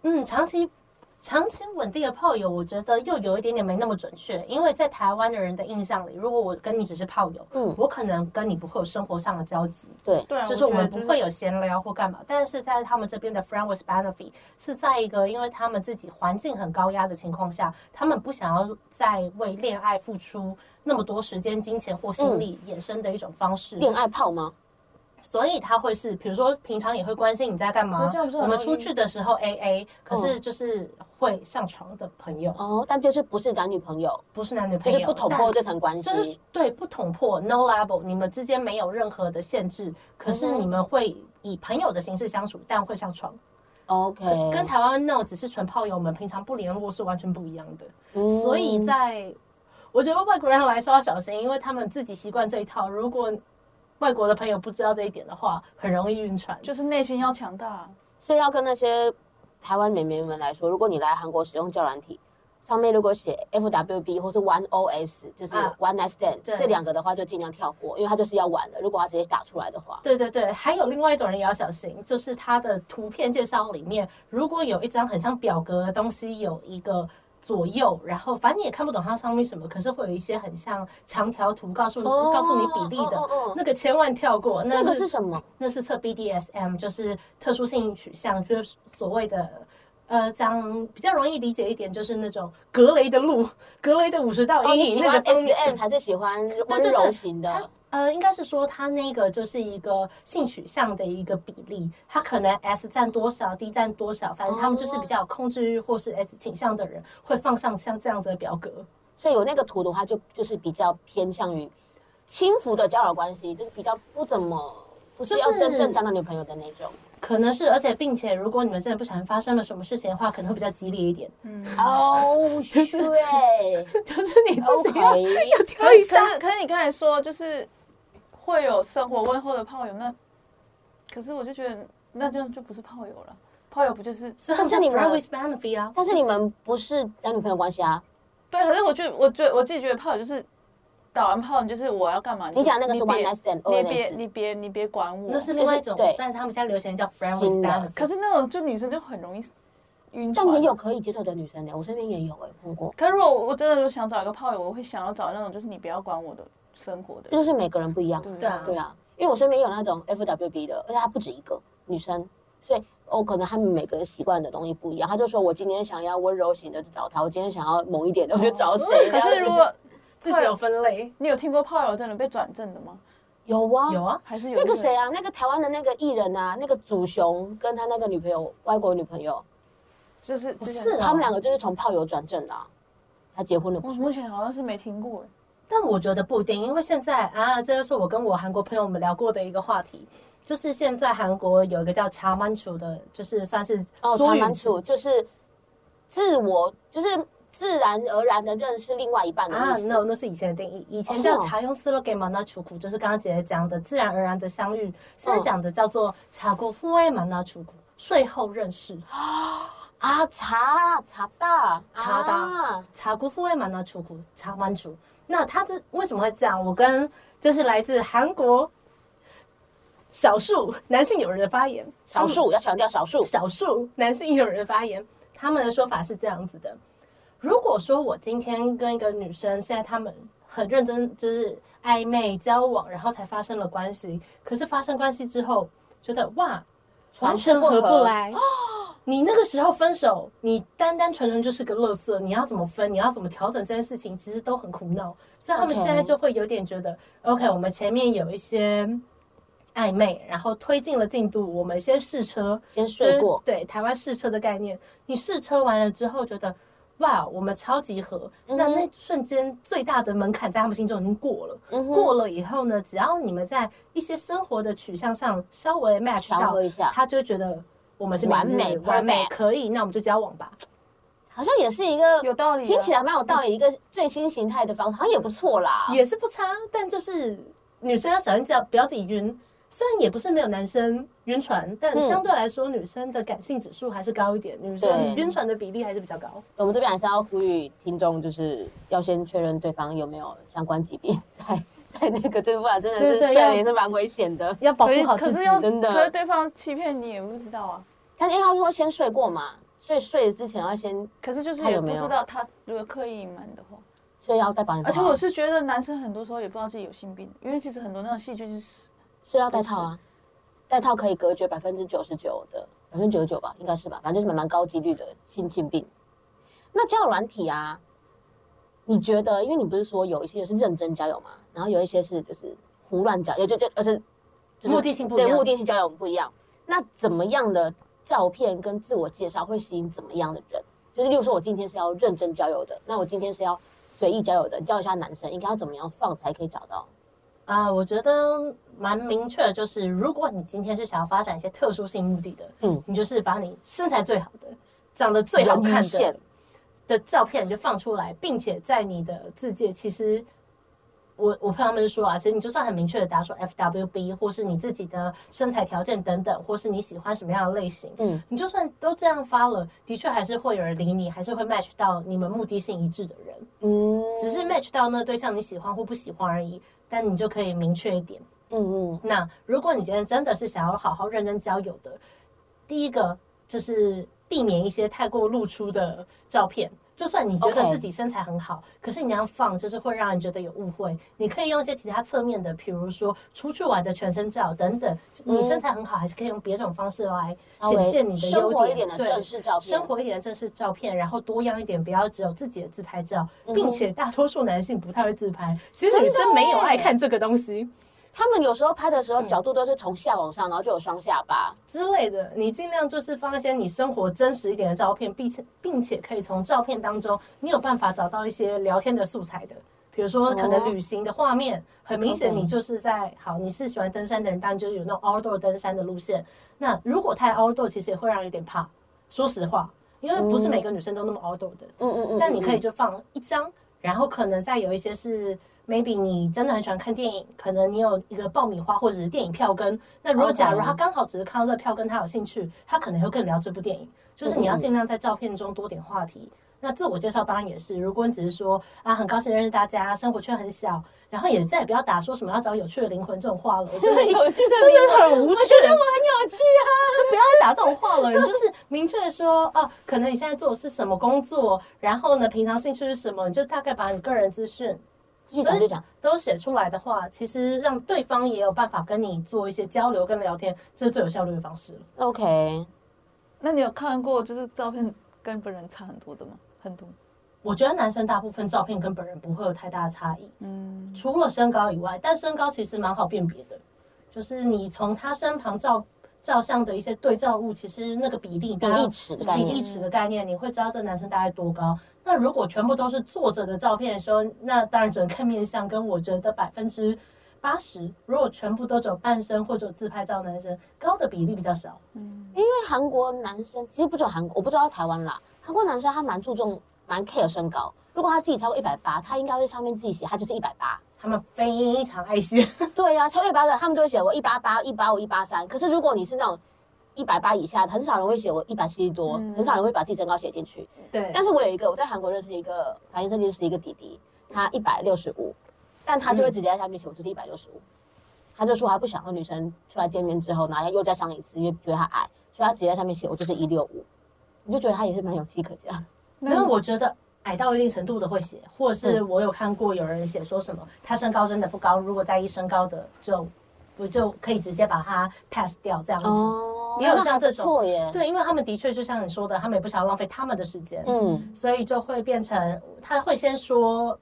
嗯长期长期稳定的炮友，我觉得又有一点点没那么准确，因为在台湾的人的印象里，如果我跟你只是炮友，嗯我可能跟你不会有生活上的交集。对，对啊，就是我觉得们不会有闲聊或干嘛，但是在他们这边的 friend with benefit 是在一个因为他们自己环境很高压的情况下，他们不想要再为恋爱付出那么多时间、金钱或嗯心力衍生的一种方式，恋爱炮吗？所以他会是比如说平常也会关心你在干可嘛是这样不是，很我们容易嗯出去的时候 A A，可是就是会上床的朋友，哦，但就是不是男女朋友，不是男女就朋友，是不捅但破这层关系。就是对不捅破 no label，你们之间没有任何的限制，可是嗯哼你们会以朋友的形式相处，但会上床。 OK，跟台湾那种只是纯炮友们平常不联络是完全不一样的。嗯所以在我觉得外国人来说要小心，因为他们自己习惯这一套。如果外国的朋友不知道这一点的话，很容易晕船。就是内心要强大。啊所以要跟那些台湾美眉们来说，如果你来韩国使用交软体，上面如果写 FWB 或是 One OS，就是啊 One Night Stand、对这两个的话，就尽量跳过，因为它就是要玩了。如果要直接打出来的话，对对对，还有另外一种人也要小心，就是他的图片介绍里面，如果有一张很像表格的东西，有一个左右，然后反正你也看不懂它上面什么，可是会有一些很像长条图，告诉你、哦告诉你比例的，哦哦哦那个千万跳过，那那是哦个是什么？那是测 BDSM，就是特殊性取向，就是所谓的。呃，讲比较容易理解一点，就是那种格雷的路，格雷的五十道哦，阴你影、喜那欢个封 SM 还是喜欢温对柔对型它的？呃，应该是说它那个就是一个性取向的一个比例，它可能 S 占多少，D 占多少，反正他们就是比较有控制欲或是 S 倾向的人会放上像这样子的表格。所以有那个图的话，就就是比较偏向于轻浮的交友关系，就是比较不怎么不是就是要真正交到女朋友的那种。可能是，而且并且，如果你们真的不小心发生了什么事情的话，可能会比较激烈一点。嗯，哦， 对就是你自己要，OK，要可挑一是下可。是可是你刚才说就是会有生活问候的炮友，那可是我就觉得那这样就不是炮友了。炮友不就是所以他们但是你叫们 friend with benefit 啊，但是你们不是男女朋友关系啊？对？可是我觉得我觉得我自己觉得炮友就是打完炮，你就是我要干嘛？你哦讲那个是 one 别 night stand，你别 ONS 你别你别管我。那嗯是另外一种就是对，但是他们现在流行叫 friend 新 with 的 benefit。可是那种就女生就很容易晕船。但也有可以接受的女生的，我身边也有哎、碰过，可如果我真的就想找一个炮友，我会想要找那种就是你不要管我的生活的人。就是每个人不一样。对对啊对啊，因为我身边有那种 FWB 的，而且她不止一个女生，所以我、哦、可能他们每个人习惯的东西不一样。她就说我今天想要温柔型的就找她，我今天想要猛一点的我就找谁。可 是如果自己有分类，你有听过炮友真的被转正的吗？有啊有啊，还是有那一个谁啊，那个台湾的那个艺人啊，那个祖雄跟他那个女朋友，外国女朋友，就是之前是啊他们两个就是从炮友转正的、啊，他结婚了不我是吗？目前好像是没听过欸，嗯但我觉得不一定，因为现在啊，这就是我跟我韩国朋友们聊过的一个话题，就是现在韩国有一个叫茶满楚的，就是算是哦，缩他语蛮词楚，就是自我，就是自然而然的认识另外一半的意啊思。 ，no，那是以前的定义，以前哦嗯叫是哦茶用斯洛给玛纳楚苦，就是刚刚姐姐讲的自然而然的相遇，哦现在讲的叫做茶过후에玛纳楚苦，睡后认识，啊，茶茶大茶大啊茶过후에玛纳楚苦，茶满楚。那他这为什么会这样？我跟这是来自韩国少数男性友人的发言，少数嗯要强调少数少数男性友人的发言，他们的说法是这样子的：如果说我今天跟一个女生，现在他们很认真，就是暧昧交往，然后才发生了关系，可是发生关系之后，觉得哇，完全合不。来。哦你那个时候分手，你单单纯纯就是个垃圾，你要怎么分，你要怎么调整这件事情，其实都很苦恼。所以他们 OK 现在就会有点觉得 OK 我们前面有一些暧昧，然后推进了进度，我们先试车，先睡过就是对台湾试车的概念，你试车完了之后觉得。哇，我们超级合，嗯那那瞬间最大的门槛在他们心中已经过了。嗯哼过了以后呢，只要你们在一些生活的取向上稍微 match 调到和一下他就会觉得我们是完明日美完美 perfect 可以，那我们就交往吧。好像也是一个有道理啊，听起来蛮有道理，一个最新形态的方式，好像也不错啦。也是不差，但就是女生要小心，不要不要自己晕。虽然也不是没有男生晕船，但嗯相对来说，女生的感性指数还是高一点，女对生晕船的比例还是比较高。我们这边还是要呼吁听众，就是要先确认对方有没有相关疾病，在在那个，就是不然真的对是对睡要了也是蛮危险的。要保可护是好可自己是。要真的可是对方欺骗你也不知道啊。但是因为他说先睡过嘛，所以睡之前要先，可是就是他也有不没有知道他如果刻意隐瞒的话，所以要戴保险套而啊，且我是觉得男生很多时候也不知道自己有性病，因为其实很多那种细菌是所以要戴套啊，戴套可以隔绝百分之九十九的百分之九十九吧，应该是吧，反正就是蛮蛮高几率的性性病。那交友软体啊，你觉得？因为你不是说有一些是认真交友嘛，然后有一些是就是胡乱交友，也就就而是、就是目的性不一对样目的性交友不一样。那怎么样的照片跟自我介绍会吸引怎么样的人？就是，例如说，我今天是要认真交友的，那我今天是要随意交友的，你教一下男生应该要怎么样放才可以找到？啊、我觉得蛮明确的，就是如果你今天是想要发展一些特殊性目的的，嗯嗯，你就是把你身材最好的、长得最好看人鱼线的的照片就放出来，并且在你的字界，其实我我朋友们说啊，其实你就算很明确的打说 FWB，或是你自己的身材条件等等，或是你喜欢什么样的类型，嗯嗯，你就算都这样发了，的确还是会有人理你，还是会 match 到你们目的性一致的人。嗯，只是 match 到那对象你喜欢或不喜欢而已，但你就可以明确一点。嗯嗯。那如果你今天真的是想要好好认真交友的，第一个就是避免一些太过露出的照片。就算你觉得 OK 自己身材很好可是你那样放就是会让人觉得有误会。你可以用一些其他侧面的，比如说出去玩的全身照等等。嗯你身材很好，还是可以用别种方式来稍微嗯显现你的生优活点，一点的对正式照片，生活一点的正式照片，然后多样一点，不要只有自己的自拍照，哼并且大多数男性不太会自拍，其实真的女生没有耶爱看这个东西他们有时候拍的时候角度都是从下往上，然后就有双下巴。之类的。你尽量就是放一些你生活真实一点的照片，并且并且可以从照片当中，你有办法找到一些聊天的素材的。比如说，可能旅行的画面，很明显 OK 你就是在好，你是喜欢登山的人，当然就是有那种 outdoor 登山的路线。那如果太 outdoor，其实也会让人有点怕，说实话，因为不是每个女生都那么 outdoor 的。嗯嗯嗯但你可以就放一张，然后可能再有一些是 maybe 你真的很喜欢看电影，可能你有一个爆米花或者是电影票根。那如果 OK 假如他刚好只是看到这票根，他有兴趣，他可能会更聊这部电影。就是嗯你要尽量在照片中多点话题。那自我介绍当然也是，如果你只是说啊很高兴认识大家，生活圈很小，然后也再也不要打说什么要找有趣的灵魂这种话了，我真的有趣的真的很很有无趣。趣啊。就不要再打这种话了，你就是明确的说，哦，可能你现在做的是什么工作，然后呢，平常兴趣是什么，你就大概把你个人资讯继续讲就讲，都写出来的话，其实让对方也有办法跟你做一些交流跟聊天，这是最有效率的方式了。 ，OK，那你有看过就是照片跟本人差很多的吗？很多，我觉得男生大部分照片跟本人不会有太大的差异，嗯，除了身高以外，但身高其实蛮好辨别的，就是你从他身旁照照相的一些对照物，其实那个比例，比大家例尺的概比例念，尺的概念，你会知道这男生大概多高。那如果全部都是坐着的照片的时候，那当然只能看面相，跟我觉得百分之八十，如果全部都只有半身或者有自拍照的男生，高的比例比较少。因为韩国男生其实不止韩国，我不知道台湾啦，韩国男生他蛮注重蛮 care 身高，如果他自己超过一百八，他应该会上面自己写他就是一百八。 他们非常爱惜，对呀、超越八的他们都会写我一八八、一八五、一八三。可是如果你是那种一百八以下的，很少人会写我一百七十多，嗯很少人会把自己身高写进去。 对但是我有一个我在韩国认识一个反应设计师，一个弟弟，他一百六十五，但他嗯就会直接在下面写我就是一百六十五。他就说他不想和女生出来见面之后，然后又再上一次，因为觉得他矮，所以他直接在上面写我就是一六五。你就觉得他也是蛮有机可嘉。因为我觉得矮到一定程度的会写，或者是我有看过有人写说什么他身高真的不高，如果在意身高的就不就可以直接把他 pass 掉这样 子。哦也有像这种错耶。，对，因为他们的确就像你说的，他们也不想要浪费他们的时间，嗯所以就会变成他会先说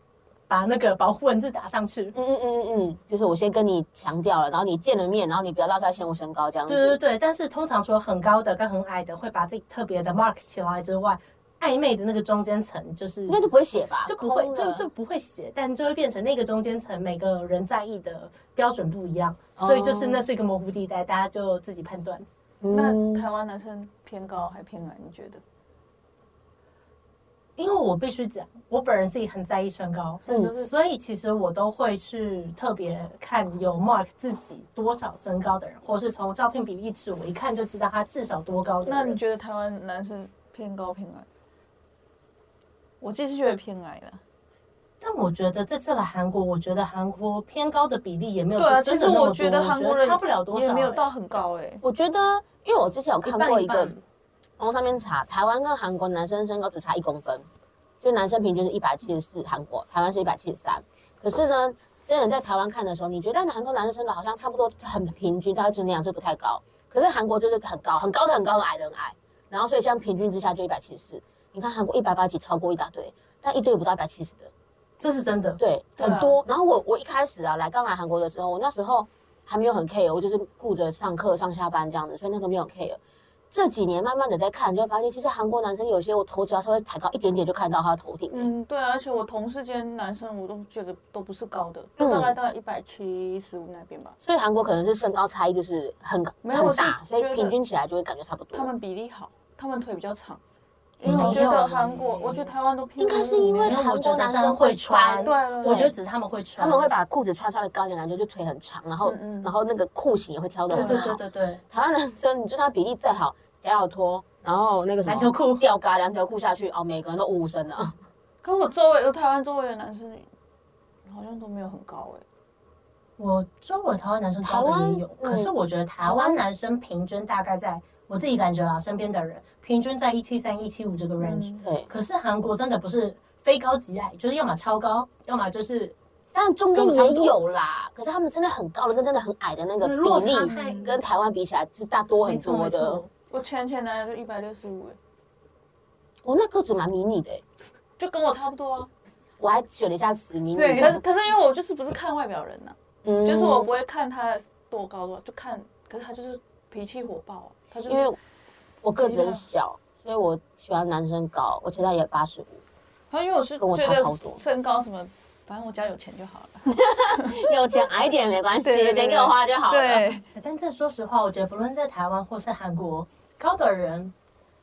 把那个保护文字打上去。嗯嗯嗯嗯嗯，就是我先跟你强调了，然后你见了面，然后你不要拉出来嫌我身高这样子。对对对，但是通常除了很高的跟很矮的会把自己特别的 mark 起来之外，暧昧的那个中间层就是应该就不会写吧？就不会空就了就不会写，但就会变成那个中间层每个人在意的标准不一样，所以哦就是那是一个模糊地带，大家就自己判断。那嗯台湾男生偏高还偏矮？你觉得？因为我必须讲，我本人自己很在意身高，嗯所以都是所以其实我都会去特别看有 mark 自己多少身高的人，或是从照片比例尺，我一看就知道他至少多高的人。那你觉得台湾男生偏高偏矮？我自己是觉得偏矮了。但我觉得这次来韩国，我觉实韩国偏高的比例也没有对啊，说真其实的那么多，我觉得韩国人差不了多少、也没有欸到很高哎、我觉得，因为我之前有一看半过一一个半。网络上面查，台湾跟韩国男生身高只差一公分，就男生平均是一百七十四，韩国台湾是一百七十三。可是呢，真的在台湾看的时候，你觉得韩国男生身高好像差不多很平均，大概就是那样，就不太高。可是韩国就是很高，很高的很高，很矮的很矮。然后所以像平均之下就一百七十四。你看韩国一百八几超过一大堆，但一堆也不到一百七十的。这是真的。对，对啊很多。然后我我一开始啊，来刚来韩国的时候，我那时候还没有很 care，我就是顾着上课、上下班这样子，所以那时候没有很 care。这几年慢慢的在看，就会发现其实韩国男生有些我头只要稍微抬高一点点就看到他的头顶。嗯，对啊，而且我同事间男生我都觉得都不是高的，嗯都大概大概一百七十五那边吧。所以韩国可能是身高差异就是很没有很大，所我是觉得以平均起来就会感觉差不多。他们比例好，他们腿比较长。嗯因为我觉得没有韩国，我觉得台湾都偏应该是因为嗯因为韩我觉国得男他们生会会穿穿，对了，我觉得只是他们会穿，他们会把裤子穿稍微高一点，感觉就腿很长，然后嗯嗯然后那个裤型也会挑的对很对好对。对对，台湾男生，你就算他比例再好，假脚拖，然后那个什么篮球裤吊嘎，两条裤下去，哦，每个人都五五身的。嗯可我周围，台湾周围的男生好像都没有很高哎、我周围台湾男生高台的湾也有，嗯可是我觉得台湾男生平均大概在我自己感觉啦，身边的人平均在一七三一七五这个 range，、嗯对，可是韩国真的不是非高即矮，就是要么超高，要么就是但中间跟我差不多也有啦。可是他们真的很高的跟真的很矮的那个比那落差例，太跟台湾比起来是大多没很错多没的错。。我前前男友就一百六十五哎，我哦那个子蛮迷你的欸、就跟我差不多啊。我还选了一下词迷你。对可是可是因为我就是不是看外表人呐、嗯就是我不会看他多高多，就看，可是他就是脾气火爆、啊，他就因为我个子很小，所以我喜欢男生高。我前男友八十五，他因为我是跟我觉差得超多身高什么，反正我家有钱就好了。 有钱矮一点没关系，对对对有钱给我花就好了。，对，啊但这说实话，我觉得不论在台湾或是韩国，高的人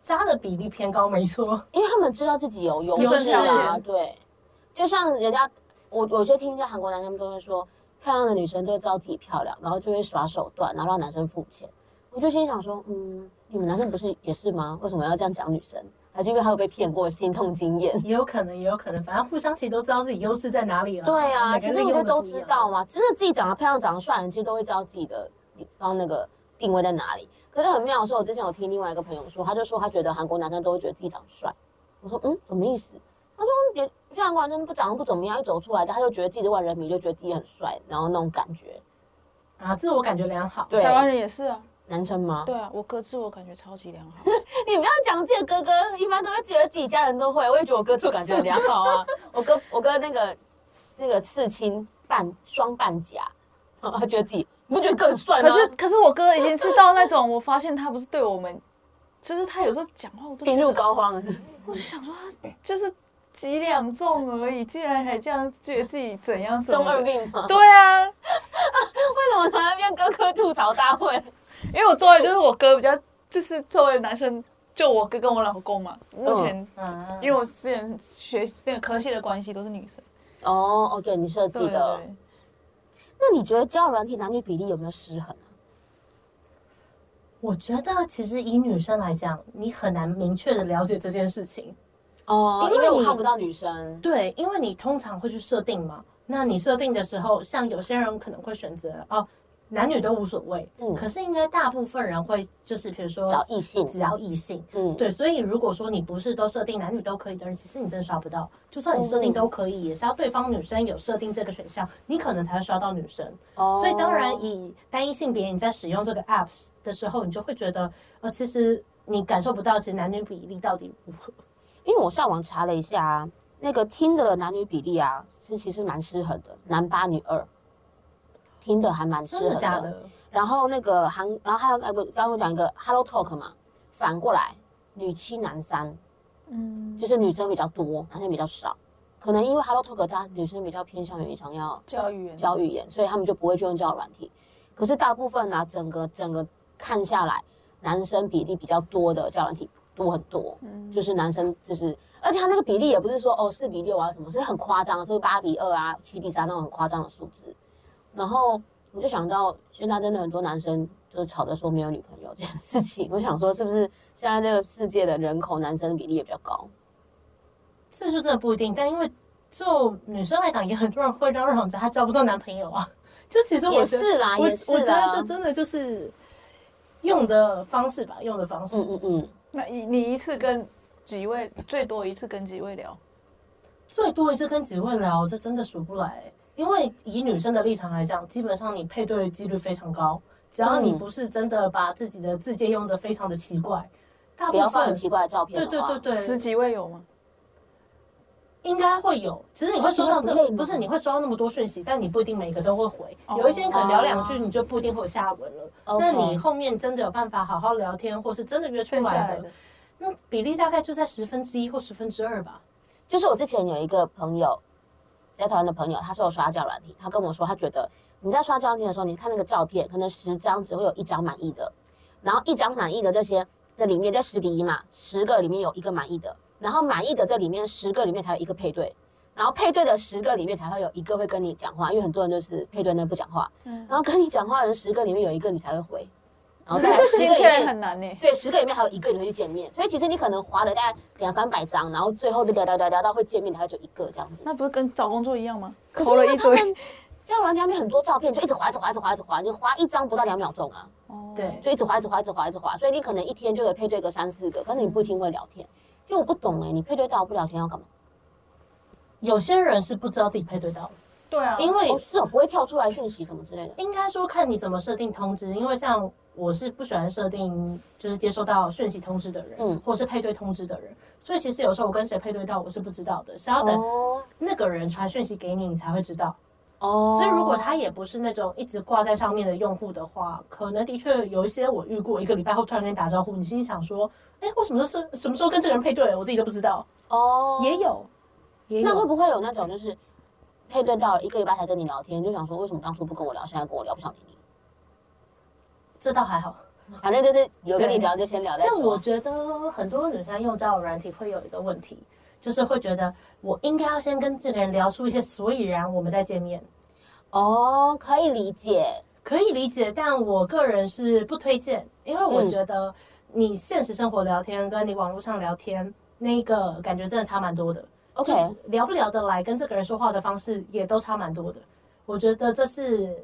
渣的比例偏高，没 错。因为他们知道自己有优优势啊，势对。就像人家，我有些听一下韩国男生都会说，漂亮的女生都会知道自己漂亮，然后就会耍手段，然后让男生付钱。我就心想说，嗯，你们男生不是也是吗？为什么要这样讲女生？还是因为他有被骗过，心痛经验？也有可能，也有可能，反正互相其实都知道自己优势在哪里了。对啊，每个其人实我觉得用的都不一知样道嘛，真的自己长得漂亮、长得帅的人，其实都会知道自己的地方那个定位在哪里。可是很妙的是，我之前有听另外一个朋友说，他就说他觉得韩国男生都会觉得自己长得帅。我说嗯，什么意思？他说也虽然完全不长得不怎么样，一走出来他就觉得自己是万人迷，就觉得自己很帅，然后那种感觉，啊，自我感觉良好。对台湾人也是啊，男生吗？对啊，我哥自我感觉超级良好，哎你不要讲自己的哥哥，一般都会觉得自己家人都会。我也觉得我哥做感觉很良好啊。我哥，我哥那个那个刺青半双半甲，然后他觉得自己你不觉得更帅吗？可是可是我哥已经是到那种，我发现他不是对我们，就是他有时候讲话我都觉病入得，膏肓了，我就想说他就是几两重而已，竟然还这样觉得自己怎样什中么二的。病吗？对 啊，为什么突然变哥哥吐槽大会？因为我周围就是我哥比较，就是周围的男生就我哥跟我老公嘛，嗯目前。啊因为我之前学那个科系的关系都是女生，哦哦，对你设计对的。对那你觉得交友软体男女比例有没有失衡啊？我觉得其实以女生来讲，你很难明确的了解这件事情。哦，因因为为我你看不到女生。对，因为你通常会去设定嘛，那你设定的时候，像有些人可能会选择哦，男女都无所谓，嗯可是应该大部分人会就是比如说找异性只要异性。嗯，对，所以如果说你不是都设定男女都可以的人，其实你真的刷不到。就算你设嗯定都可以，也是要对方女生有设定这个选项，你可能才会刷到女生。哦所以当然，以单一性别你在使用这个 apps 的时候，你就会觉得，呃，其实你感受不到，其实男女比例到底如何。因为我上网查了一下、啊，那个听的男女比例啊，是其实蛮失衡的，男八女二，听的还蛮失真衡的假的？然后那个韩，然后还有呃不，刚刚我讲一个 Hello Talk 嘛，反过来女七男三，嗯，就是女生比较多，男生比较少。可能因为 Hello Talk 它女生比较偏向于想要教育员教语言，所以他们就不会去用交友软体。可是大部分呢、啊整个整个看下来，男生比例比较多的交友软体多很多。嗯就是男生就是，而且他那个比例也不是说哦四比六啊什么，是很夸张，就是八比二啊、七比三那种很夸张的数字。然后我就想到，现在真的很多男生就吵着说没有女朋友这件事情，我想说是不是现在这个世界的人口男生比例也比较高？这就真的不一定，但因为就女生来讲，也很多人会嚷嚷着她交不到男朋友啊。就其实我也觉得是啦，我也是我觉啦得这，真的就是用的方式吧，用的方式。嗯嗯嗯，那你你一次跟几位最多一次跟几位聊？最多一次跟几位聊，这真的数不来。因为以女生的立场来讲，基本上你配对的几率非常高，只要你嗯不是真的把自己的字界用的非常的奇怪，大不部要放很分奇怪的照片对的对话，对十对，几位有吗？应该会有。其实你会收到这十几个不累吗不是你会收到那么多讯息，但你不一定每个都会回，哦有一些人可能聊两句哦你就不一定会有下文了。 OK 那你后面真的有办法好好聊天，或是真的约出剩下来来的，的那比例大概就在十分之一或十分之二吧。就是我之前有一个朋友，在台湾的朋友，他说我刷交友软体，他跟我说他觉得你在刷交友软体的时候，你看那个照片，可能十张只会有一张满意的，然后一张满意的这些这里面这十比一嘛，十个里面有一个满意的，然后满意的这里面十个里面才有一个配对。然后配对的十个里面才会有一个会跟你讲话，因为很多人就是配对那不讲话，嗯然后跟你讲话的人十个里面有一个你才会回，然 后再来十听个里起来面很难呢。对，十个里面还有一个你会去见面，所以其实你可能划了大概两三百张，然后最后就聊聊聊聊到会见面的，还就一个这样子。那不是跟找工作一样吗？可是投了因为 一他堆们，交友软件上面很多照片，就一直划，一直划，一直划，一直划，你划一张不到两秒钟啊，哦对就一直划，一直划，一直划，一直划，所以你可能一天就得配对个三四个，可是你不一定会聊天。就我不懂哎、你配对到不聊天要干嘛？有些人是不知道自己配对到，对啊，因为哦，是哦，不会跳出来讯息什么之类的。应该说看你怎么设定通知，因为像我是不喜欢设定就是接收到讯息通知的人，嗯或是配对通知的人，所以其实有时候我跟谁配对到我是不知道的，是要等哦那个人传讯息给你，你才会知道。哦，所以如果他也不是那种一直挂在上面的用户的话，可能的确有一些我遇过，一个礼拜后突然跟你打招呼，你心里想说，哎、我什么时候什么时候跟这个人配对了，我自己都不知道，哦也有，也那会有。不会有那种就是配对到了一个礼拜才跟你聊天，就想说为什么当初不跟我聊，现在跟我聊不想理你？这倒还好，反正就是有跟你聊就先聊再但我说。觉得很多女生用交友软体会有一个问题，就是会觉得我应该要先跟这个人聊出一些所以然，我们再见面。哦，可以理解。可以理解，但我个人是不推荐，因为我嗯觉得你现实生活聊天跟你网络上聊天那个感觉真的差蛮多的。 OK，就是聊不聊得来，跟这个人说话的方式也都差蛮多的。我觉得这是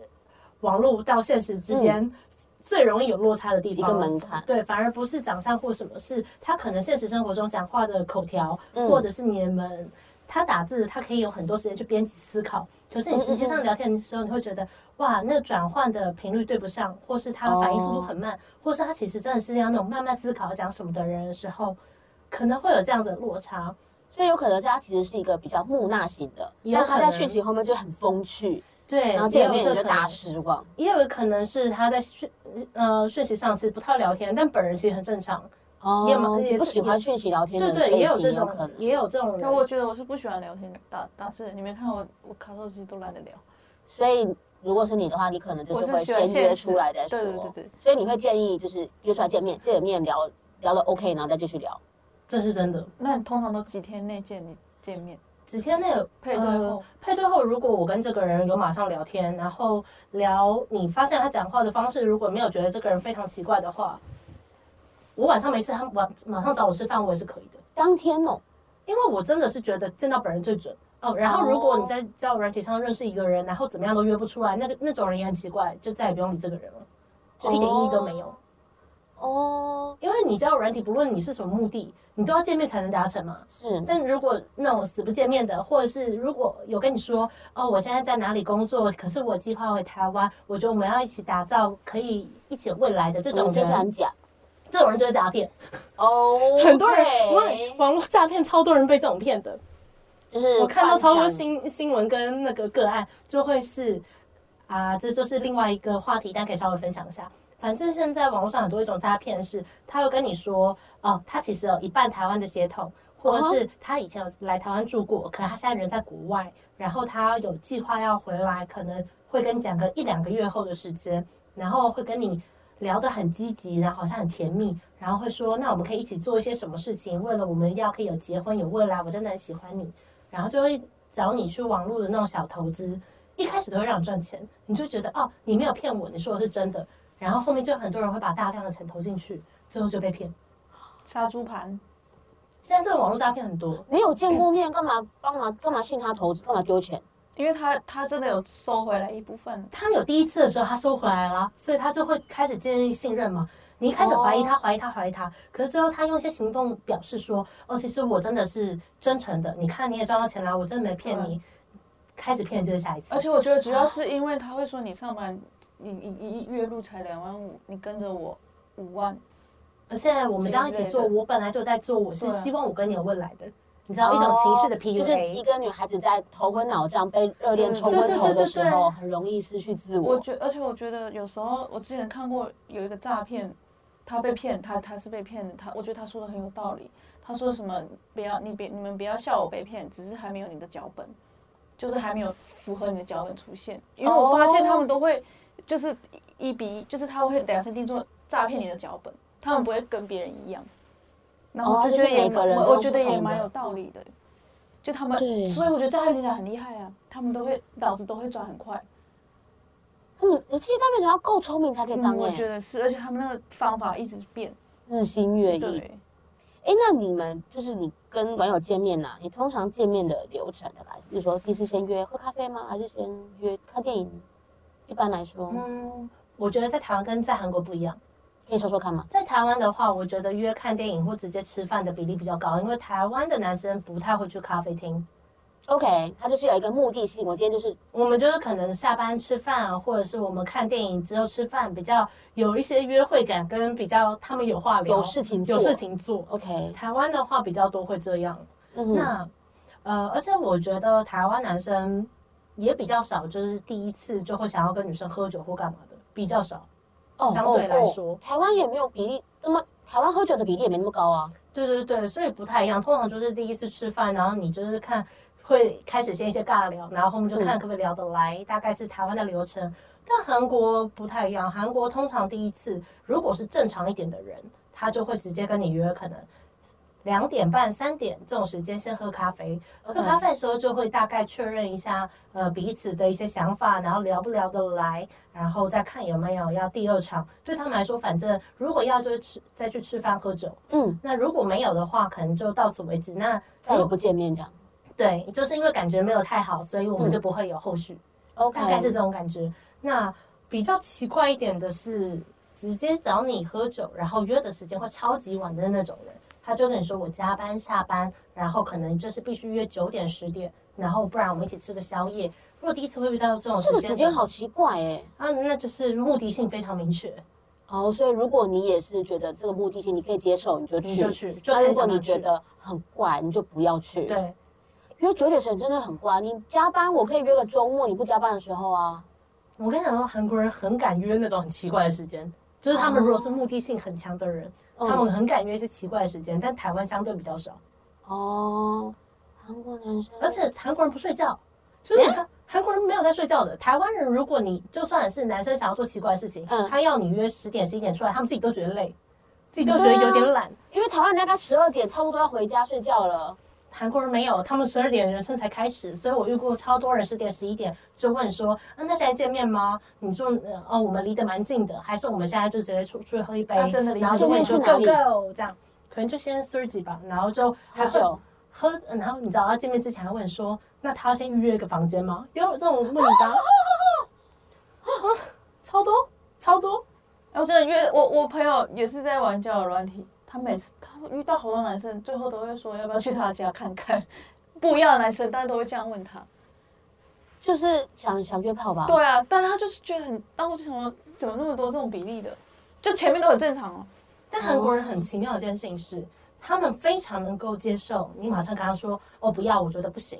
网络到现实之间最容易有落差的地方，嗯一个门槛对，反而不是长相或什么，是他可能现实生活中讲话的口条，嗯或者是你们他打字，他可以有很多时间去编辑思考。可是你实际上聊天的时候，你会觉得哇，那转换的频率对不上，或是他反应速度很哦慢，或是他其实真的是要那种慢慢思考要讲什么的人的时候，可能会有这样子的落差。所以有可能他其实是一个比较木讷型的，也有但他可在能讯息后面就很风趣，对，然后也见有面这你就可能大失望。也有可能是他在讯呃讯息上其实不太聊天，但本人其实很正常。哦也蛮你不喜欢讯息聊天的类对型，对，也有这有种可能。也有这种人。但我觉得我是不喜欢聊天打打字的，你没看我我卡手机都懒得聊，所以如果是你的话，你可能就我是是会喜欢先现约实出来再说。对对对对。所以你会建议就是约出来见面，见了面聊聊的 OK，然后再继续聊。这是真的。那你通常都几天内见你见面？几天内配对呃后配对后，如果我跟这个人有马上聊天，然后聊你发现他讲话的方式，如果没有觉得这个人非常奇怪的话，我晚上没事，他晚马上找我吃饭，我也是可以的，当天哦，因为我真的是觉得见到本人最准哦。然后如果你在交友软体上认识一个人，然后怎么样都约不出来，那个那种人也很奇怪，就再也不用理这个人了，就一点意义都没有。哦，因为你交友软体，不论你是什么目的，你都要见面才能达成嘛。是，但如果那种死不见面的，或者是如果有跟你说哦，我现在在哪里工作，可是我计划回台湾，我觉得我们要一起打造可以一起有未哦来的这这种种听起来人，很假这种人就是诈骗。哦。很多人对网网络诈骗，超多人被这种骗的。就是我看到超多幻想新新闻跟那个个案，就会是啊，这就是另外一个话题，但可以稍微分享一下。反正现在网络上很多一种诈骗是，他会跟你说，哦，他其实有一半台湾的血统，或者哦是他以前有来台湾住过，可能他现在人在国外，然后他有计划要回来，可能会跟你讲个一两个月后的时间，然后会跟你聊得很积极，然后好像很甜蜜，然后会说，那我们可以一起做一些什么事情，为了我们要可以有结婚有未来，我真的很喜欢你，然后就会找你去网络的那种小投资，一开始都会让你赚钱，你就觉得哦，你没有骗我，你说的是真的，然后后面就很多人会把大量的钱投进去，最后就被骗。杀猪盘，现在这个网络诈骗很多，没有见过面，干嘛帮忙干嘛信他投资，干嘛丢钱？因为他他真的有收回来一部分，他有第一次的时候他收回来了，所以他就会开始建立信任嘛。你一开始怀疑他，怀疑他，怀疑他，可是最后他用一些行动表示说：“哦，其实我真的是真诚的，你看你也赚到钱啦，我真的没骗你。”开始骗就是下一次而，且我觉得主要是因为他会说你上班，你你一月入才两万五，你跟着我五万，而且我们这样一啊起做，之类我本来就在做，我是对啊希望我跟你有未来的，你知道一种情绪的哎哦就是一 PUA，个女孩子在头昏脑胀、被热恋嗯冲对昏对头对的对时对候，很容易失去自我我。觉，而且我觉得有时候我之前看过有一个诈骗，他被骗，他他是被骗的，他我觉得他说的很有道理。他说什么不要你别你们不要笑我被骗，只是还没有你的脚本，就是还没有符合你的脚本出现。因为我发现他们都会就是一比一，就是他会量身定做诈骗你的脚本，他们不会跟别人一样。然后哦我就觉得就是也每个人蛮，都我觉得不同也的蛮有道理的。就他们，对所以我觉得诈骗人家很厉害啊，他们都会脑子都会转很快。嗯，我其实诈骗人要够聪明才可以当嗯，我觉哎，得是，而且他们那个方法一直变。日新月异。对，哎，那你们就是你跟网友见面呐、你通常见面的流程的来，比如说第一次先约喝咖啡吗？还是先约看电影？一般来说，嗯，我觉得在台湾跟在韩国不一样。可以说说看吗？在台湾的话，我觉得约看电影或直接吃饭的比例比较高，因为台湾的男生不太会去咖啡厅。 OK，他就是有一个目的性。我今天就是我们就是可能下班吃饭啊，或者是我们看电影之后吃饭，比较有一些约会感，跟比较他们有话聊，有事情做有事情做。 OK，台湾的话比较多会这样，嗯哼，那呃，而且我觉得台湾男生也比较少，就是第一次就会想要跟女生喝酒或干嘛的，比较少。相对来说，哦台湾也没有比例那么，台湾喝酒的比例也没那么高啊。对对对，所以不太一样。通常就是第一次吃饭，然后你就是看会开始先一些尬聊，然后后面就看可不可以聊得来，大概是台湾的流程。但韩国不太一样，韩国通常第一次如果是正常一点的人，他就会直接跟你约，可能两点半、三点这种时间先喝咖啡。喝 OK 咖啡的时候就会大概确认一下，呃，彼此的一些想法，然后聊不聊得来，然后再看有没有要第二场。对他们来说，反正如果要就是吃再去吃饭喝酒，嗯，那如果没有的话，可能就到此为止。那再也不见面这样。对，就是因为感觉没有太好，所以我们就不会有后续，嗯 OK，大概是这种感觉。那比较奇怪一点的是，直接找你喝酒，然后约的时间会超级晚的那种人，他就跟你说我加班下班，然后可能就是必须约九点十点，然后不然我们一起吃个宵夜。如果第一次会遇到这种这个点时间好奇怪哎、啊，那就是目的性非常明确，哦，所以如果你也是觉得这个目的性你可以接受，你就去。你就去，就那看如果想你要觉去得很怪，你就不要去。，对，因为九点前真的很怪。你加班，我可以约个周末，你不加班的时候啊。我跟你讲说，韩国人很敢约那种很奇怪的时间，就是他们如果是目的性很强的人，嗯他们很敢约一些奇怪的时间，但台湾相对比较少，哦，韩国男生，而且韩国人不睡觉，就是你看韩国人没有在睡觉的。台湾人如果你就算是男生想要做奇怪的事情，嗯他要你约十点十一点出来，他们自己都觉得累，自己都觉得有点懒。因为台湾人大概十二点差不多要回家睡觉了。韩国人没有，他们十二点人生才开始，所以我遇过超多人十点、十一点就问说，啊，那现在见面吗？你说，呃哦，我们离得蛮近的，还是我们现在就直接出出去喝一杯？啊真的离然后得就问近说见面 go 去哪 go 这样，可能就先 s u r g 吧，然后就好还久会喝，呃然后你知道要见面之前还问说，那他要先预约一个房间吗？有这种问答， 啊超多超多，哎，我真的约我我朋友也是在玩交友软体，他每次他遇到好多男生，最后都会说要不要去他家看看，不一样的男生，大家都会这样问他。啊就是想想约炮吧。，对啊，但他就是觉得很，当我就想说怎么那么多这种比例的，就前面都很正常哦。但韩国人很奇妙的一件事情是，他们非常能够接受你马上跟他说，哦，不要，我觉得不行。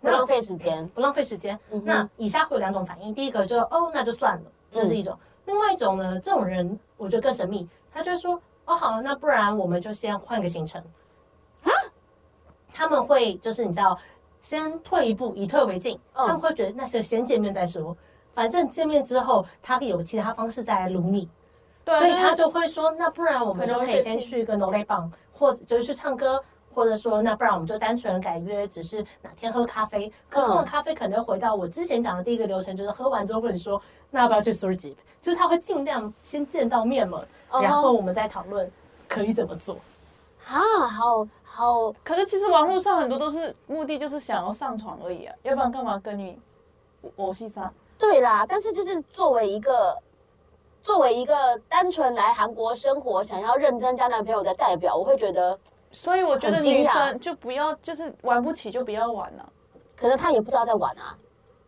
不浪费时间。不浪费时间。嗯哼那以下会有两种反应，第一个就是哦，那就算了，这嗯是一种；另外一种呢，这种人我觉得更神秘，他就会说哦好，那不然我们就先换个行程啊。他们会就是你知道，先退一步，以退为进，嗯他们会觉得那是先见面再说。反正见面之后，他有其他方式再来撸你，对啊，所以是他就会说，那不然我们就可以先去一个 no l a 棒，或者就是去唱歌，或者说那不然我们就单纯改约，只是哪天喝咖啡。可嗯喝完咖啡可能又回到我之前讲的第一个流程，就是喝完之后问你说，那要不要去 surgery？就是他会尽量先见到面嘛，嗯然后我们再讨论可以怎么做。啊，好好，可是其实网络上很多都是目的就是想要上床而已啊，要不然干嘛跟你我戏杀？对啦。但是就是作为一个。作为一个单纯来韩国生活、想要认真交男朋友的代表，我会觉得所以我觉得很惊女讶生就不要，就是玩不起就不要玩啊了、可能他也不知道在玩啊。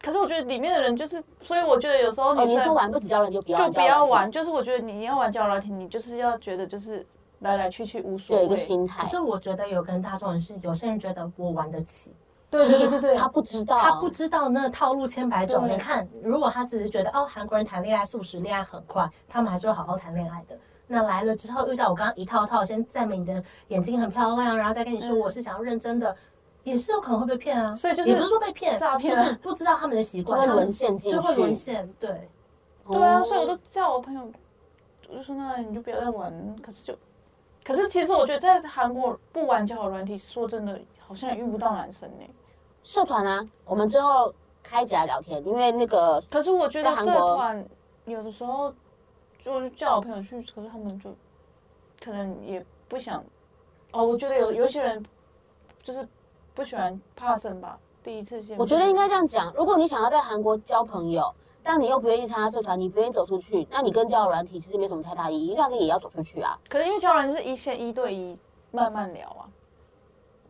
可是我觉得里面的人就是，所以我觉得有时候哦，女你说生玩不起交人就不要就玩不要玩，，就是我觉得你要玩交友软体，你就是要觉得就是来来去去无所有谓。一个心态可。是我觉得有跟大众人是，有些人觉得我玩得起，对对对对对，他不知道，他不知道那套路千百种。哦对你看，如果他只是觉得哦，韩国人谈恋爱速食，恋爱很快，他们还是会好好谈恋爱的。那来了之后遇到我刚刚一套套，先赞美你的眼睛很漂亮，然后再跟你说嗯我是想要认真的，也是有可能会被骗啊。所以就是也不是说被骗，诈骗就是不知道他们的习就惯，会他们沦陷进去，就会沦陷。对，哦。对啊，所以我都叫我朋友，我就说那你就不要再玩。可是就，可是其实我觉得在韩国不玩交友软体，说真的，好像也遇不到男生呢、社团啊，我们之后开起来聊天，因为那个可是我觉得在韩社国团有的时候，就是叫我朋友去，可是他们就可能也不想。哦，我觉得有有些人就是不喜欢怕生吧，第一次见面。我觉得应该这样讲，如果你想要在韩国交朋友，但你又不愿意参加社团，你不愿意走出去，那你跟交友软体其实没什么太大意义，因为你也要走出去啊。可是因为交友软件是一线一对一慢慢聊啊，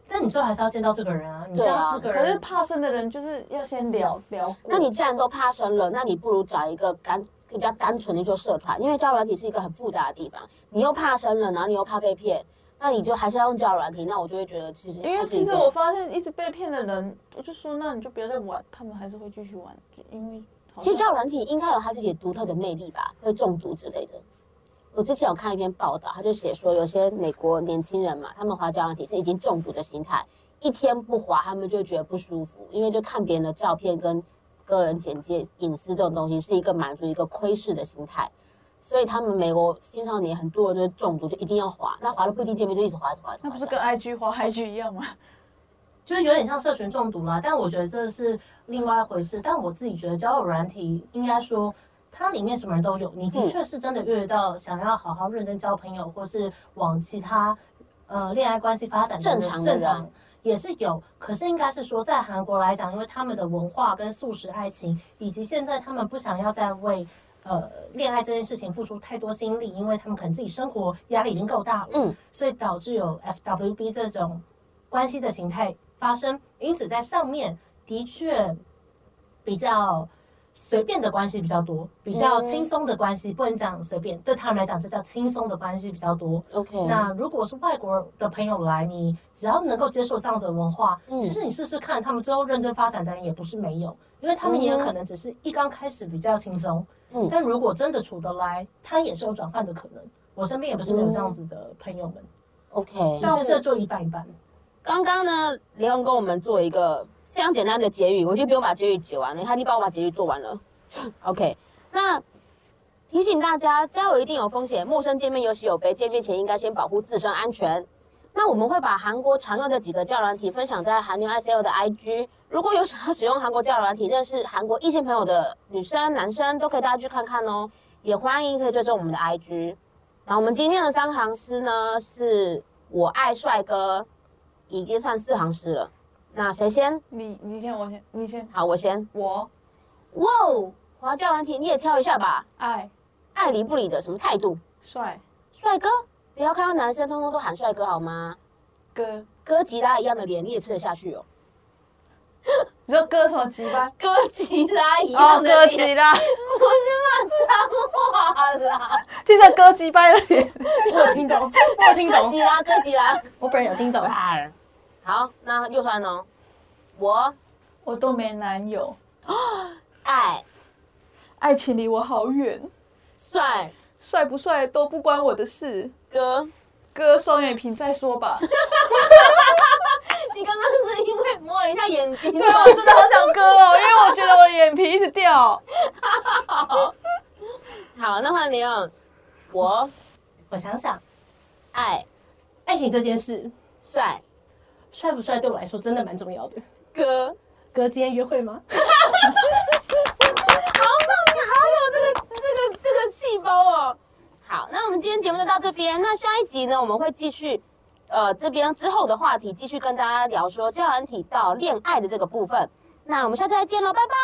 但你最后还是要见到这个人啊，你知对啊道这个可是人。怕生的人就是要先聊聊过。那你既然都怕生了，那你不如找一个干比较单纯的做社团，因为交友软体是一个很复杂的地方，你又怕生了，然后你又怕被骗，那你就还是要用交友软体，那我就会觉得其实因为它是其一实个我发现一直被骗的人，我就说那你就不要再玩，他们还是会继续玩，就因为好其实交像友软体应该有它自己独特的魅力吧，会中毒之类的。我之前有看一篇报道，他就写说，有些美国年轻人嘛，他们滑交友软体是已经中毒的心态，一天不滑，他们就觉得不舒服，因为就看别人的照片跟个人简介、隐私这种东西，是一个满足一个窥视的心态。所以他们美国青少年很多人就是中毒，就一定要滑，那滑了不一定见面，就一直滑，一直滑。一直滑那不是跟 IG 花 IG 一样吗？就是有点像社群中毒啦，但我觉得这是另外一回事。但我自己觉得交友软体应该说，它里面什么人都有。你嗯的确是真的遇到想要好好认真交朋友，或是往其他呃恋爱关系发展的人正常的正人常也是有。可是应该是说，在韩国来讲，因为他们的文化跟素食爱情，以及现在他们不想要再为呃恋爱这件事情付出太多心力，因为他们可能自己生活压力已经够大了，嗯，所以导致有 FWB 这种关系的形态发生。因此，在上面的确比较随便的关系比较多，比较嗯轻松的关系、不能讲随便，对他们来讲这叫轻松的关系比较多。 ，OK，那如果是外国的朋友来，你只要能够接受这样子的文化，嗯其实你试试看，他们最后认真发展的人也不是没有，因为他们也有可能只是一刚开始比较轻松，嗯但如果真的处得来，他也是有转换的可能。我身边也不是没有这样子的朋友们， OK，只是这就一半一半。刚刚呢，雷文跟我们做一个非常简单的结语，我就不用把结语解完了，他已经帮我把结语做完了。OK，那提醒大家，交友一定有风险，陌生见面有喜有悲，见面前应该先保护自身安全。那我们会把韩国常用的几个交友软体分享在韩牛 ICL 的 IG，如果有想要使用韩国交友软体认识韩国异性朋友的女生、男生，都可以大家去看看哦。也欢迎可以追踪我们的 IG。那我们今天的三行诗呢，是我爱帅哥，已经算四行诗了。那谁先？你你先，我先，你先，好，我先。我哇哦，华教软体你也挑一下吧，爱爱理不理的什么态度？帅帅哥，不要看到男生通通都喊帅哥好吗？哥，哥吉拉一样的脸你也吃得下去哦？你说哥什么鸡 巴？哥吉拉一哦，样的哥脸，鸡啦，哇 啦！听着哥鸡掰的 脸，我有听懂，我有听哥懂，吉拉，哥吉 拉。我本人有听懂。好，那又算哦。我 我都没男友，爱爱情离我好远，帅帅不帅都不关我的事。哥。哥双眼皮再说 吧， 你刚刚是因为摸了一下眼睛吗？对我真的好想哥哦，因为我觉得我的眼皮一直掉。好，那换你哦。我我想想，爱爱情这件事，帅帅不帅对我来说真的蛮重要的。哥，哥，今天约会吗？好棒，你好有这个这个这个细胞哦。好，那我们今天节目就到这边。那下一集呢，我们会继续，呃，这边之后的话题继续跟大家聊说交友软体到恋爱的这个部分。那我们下次再见喽，拜拜。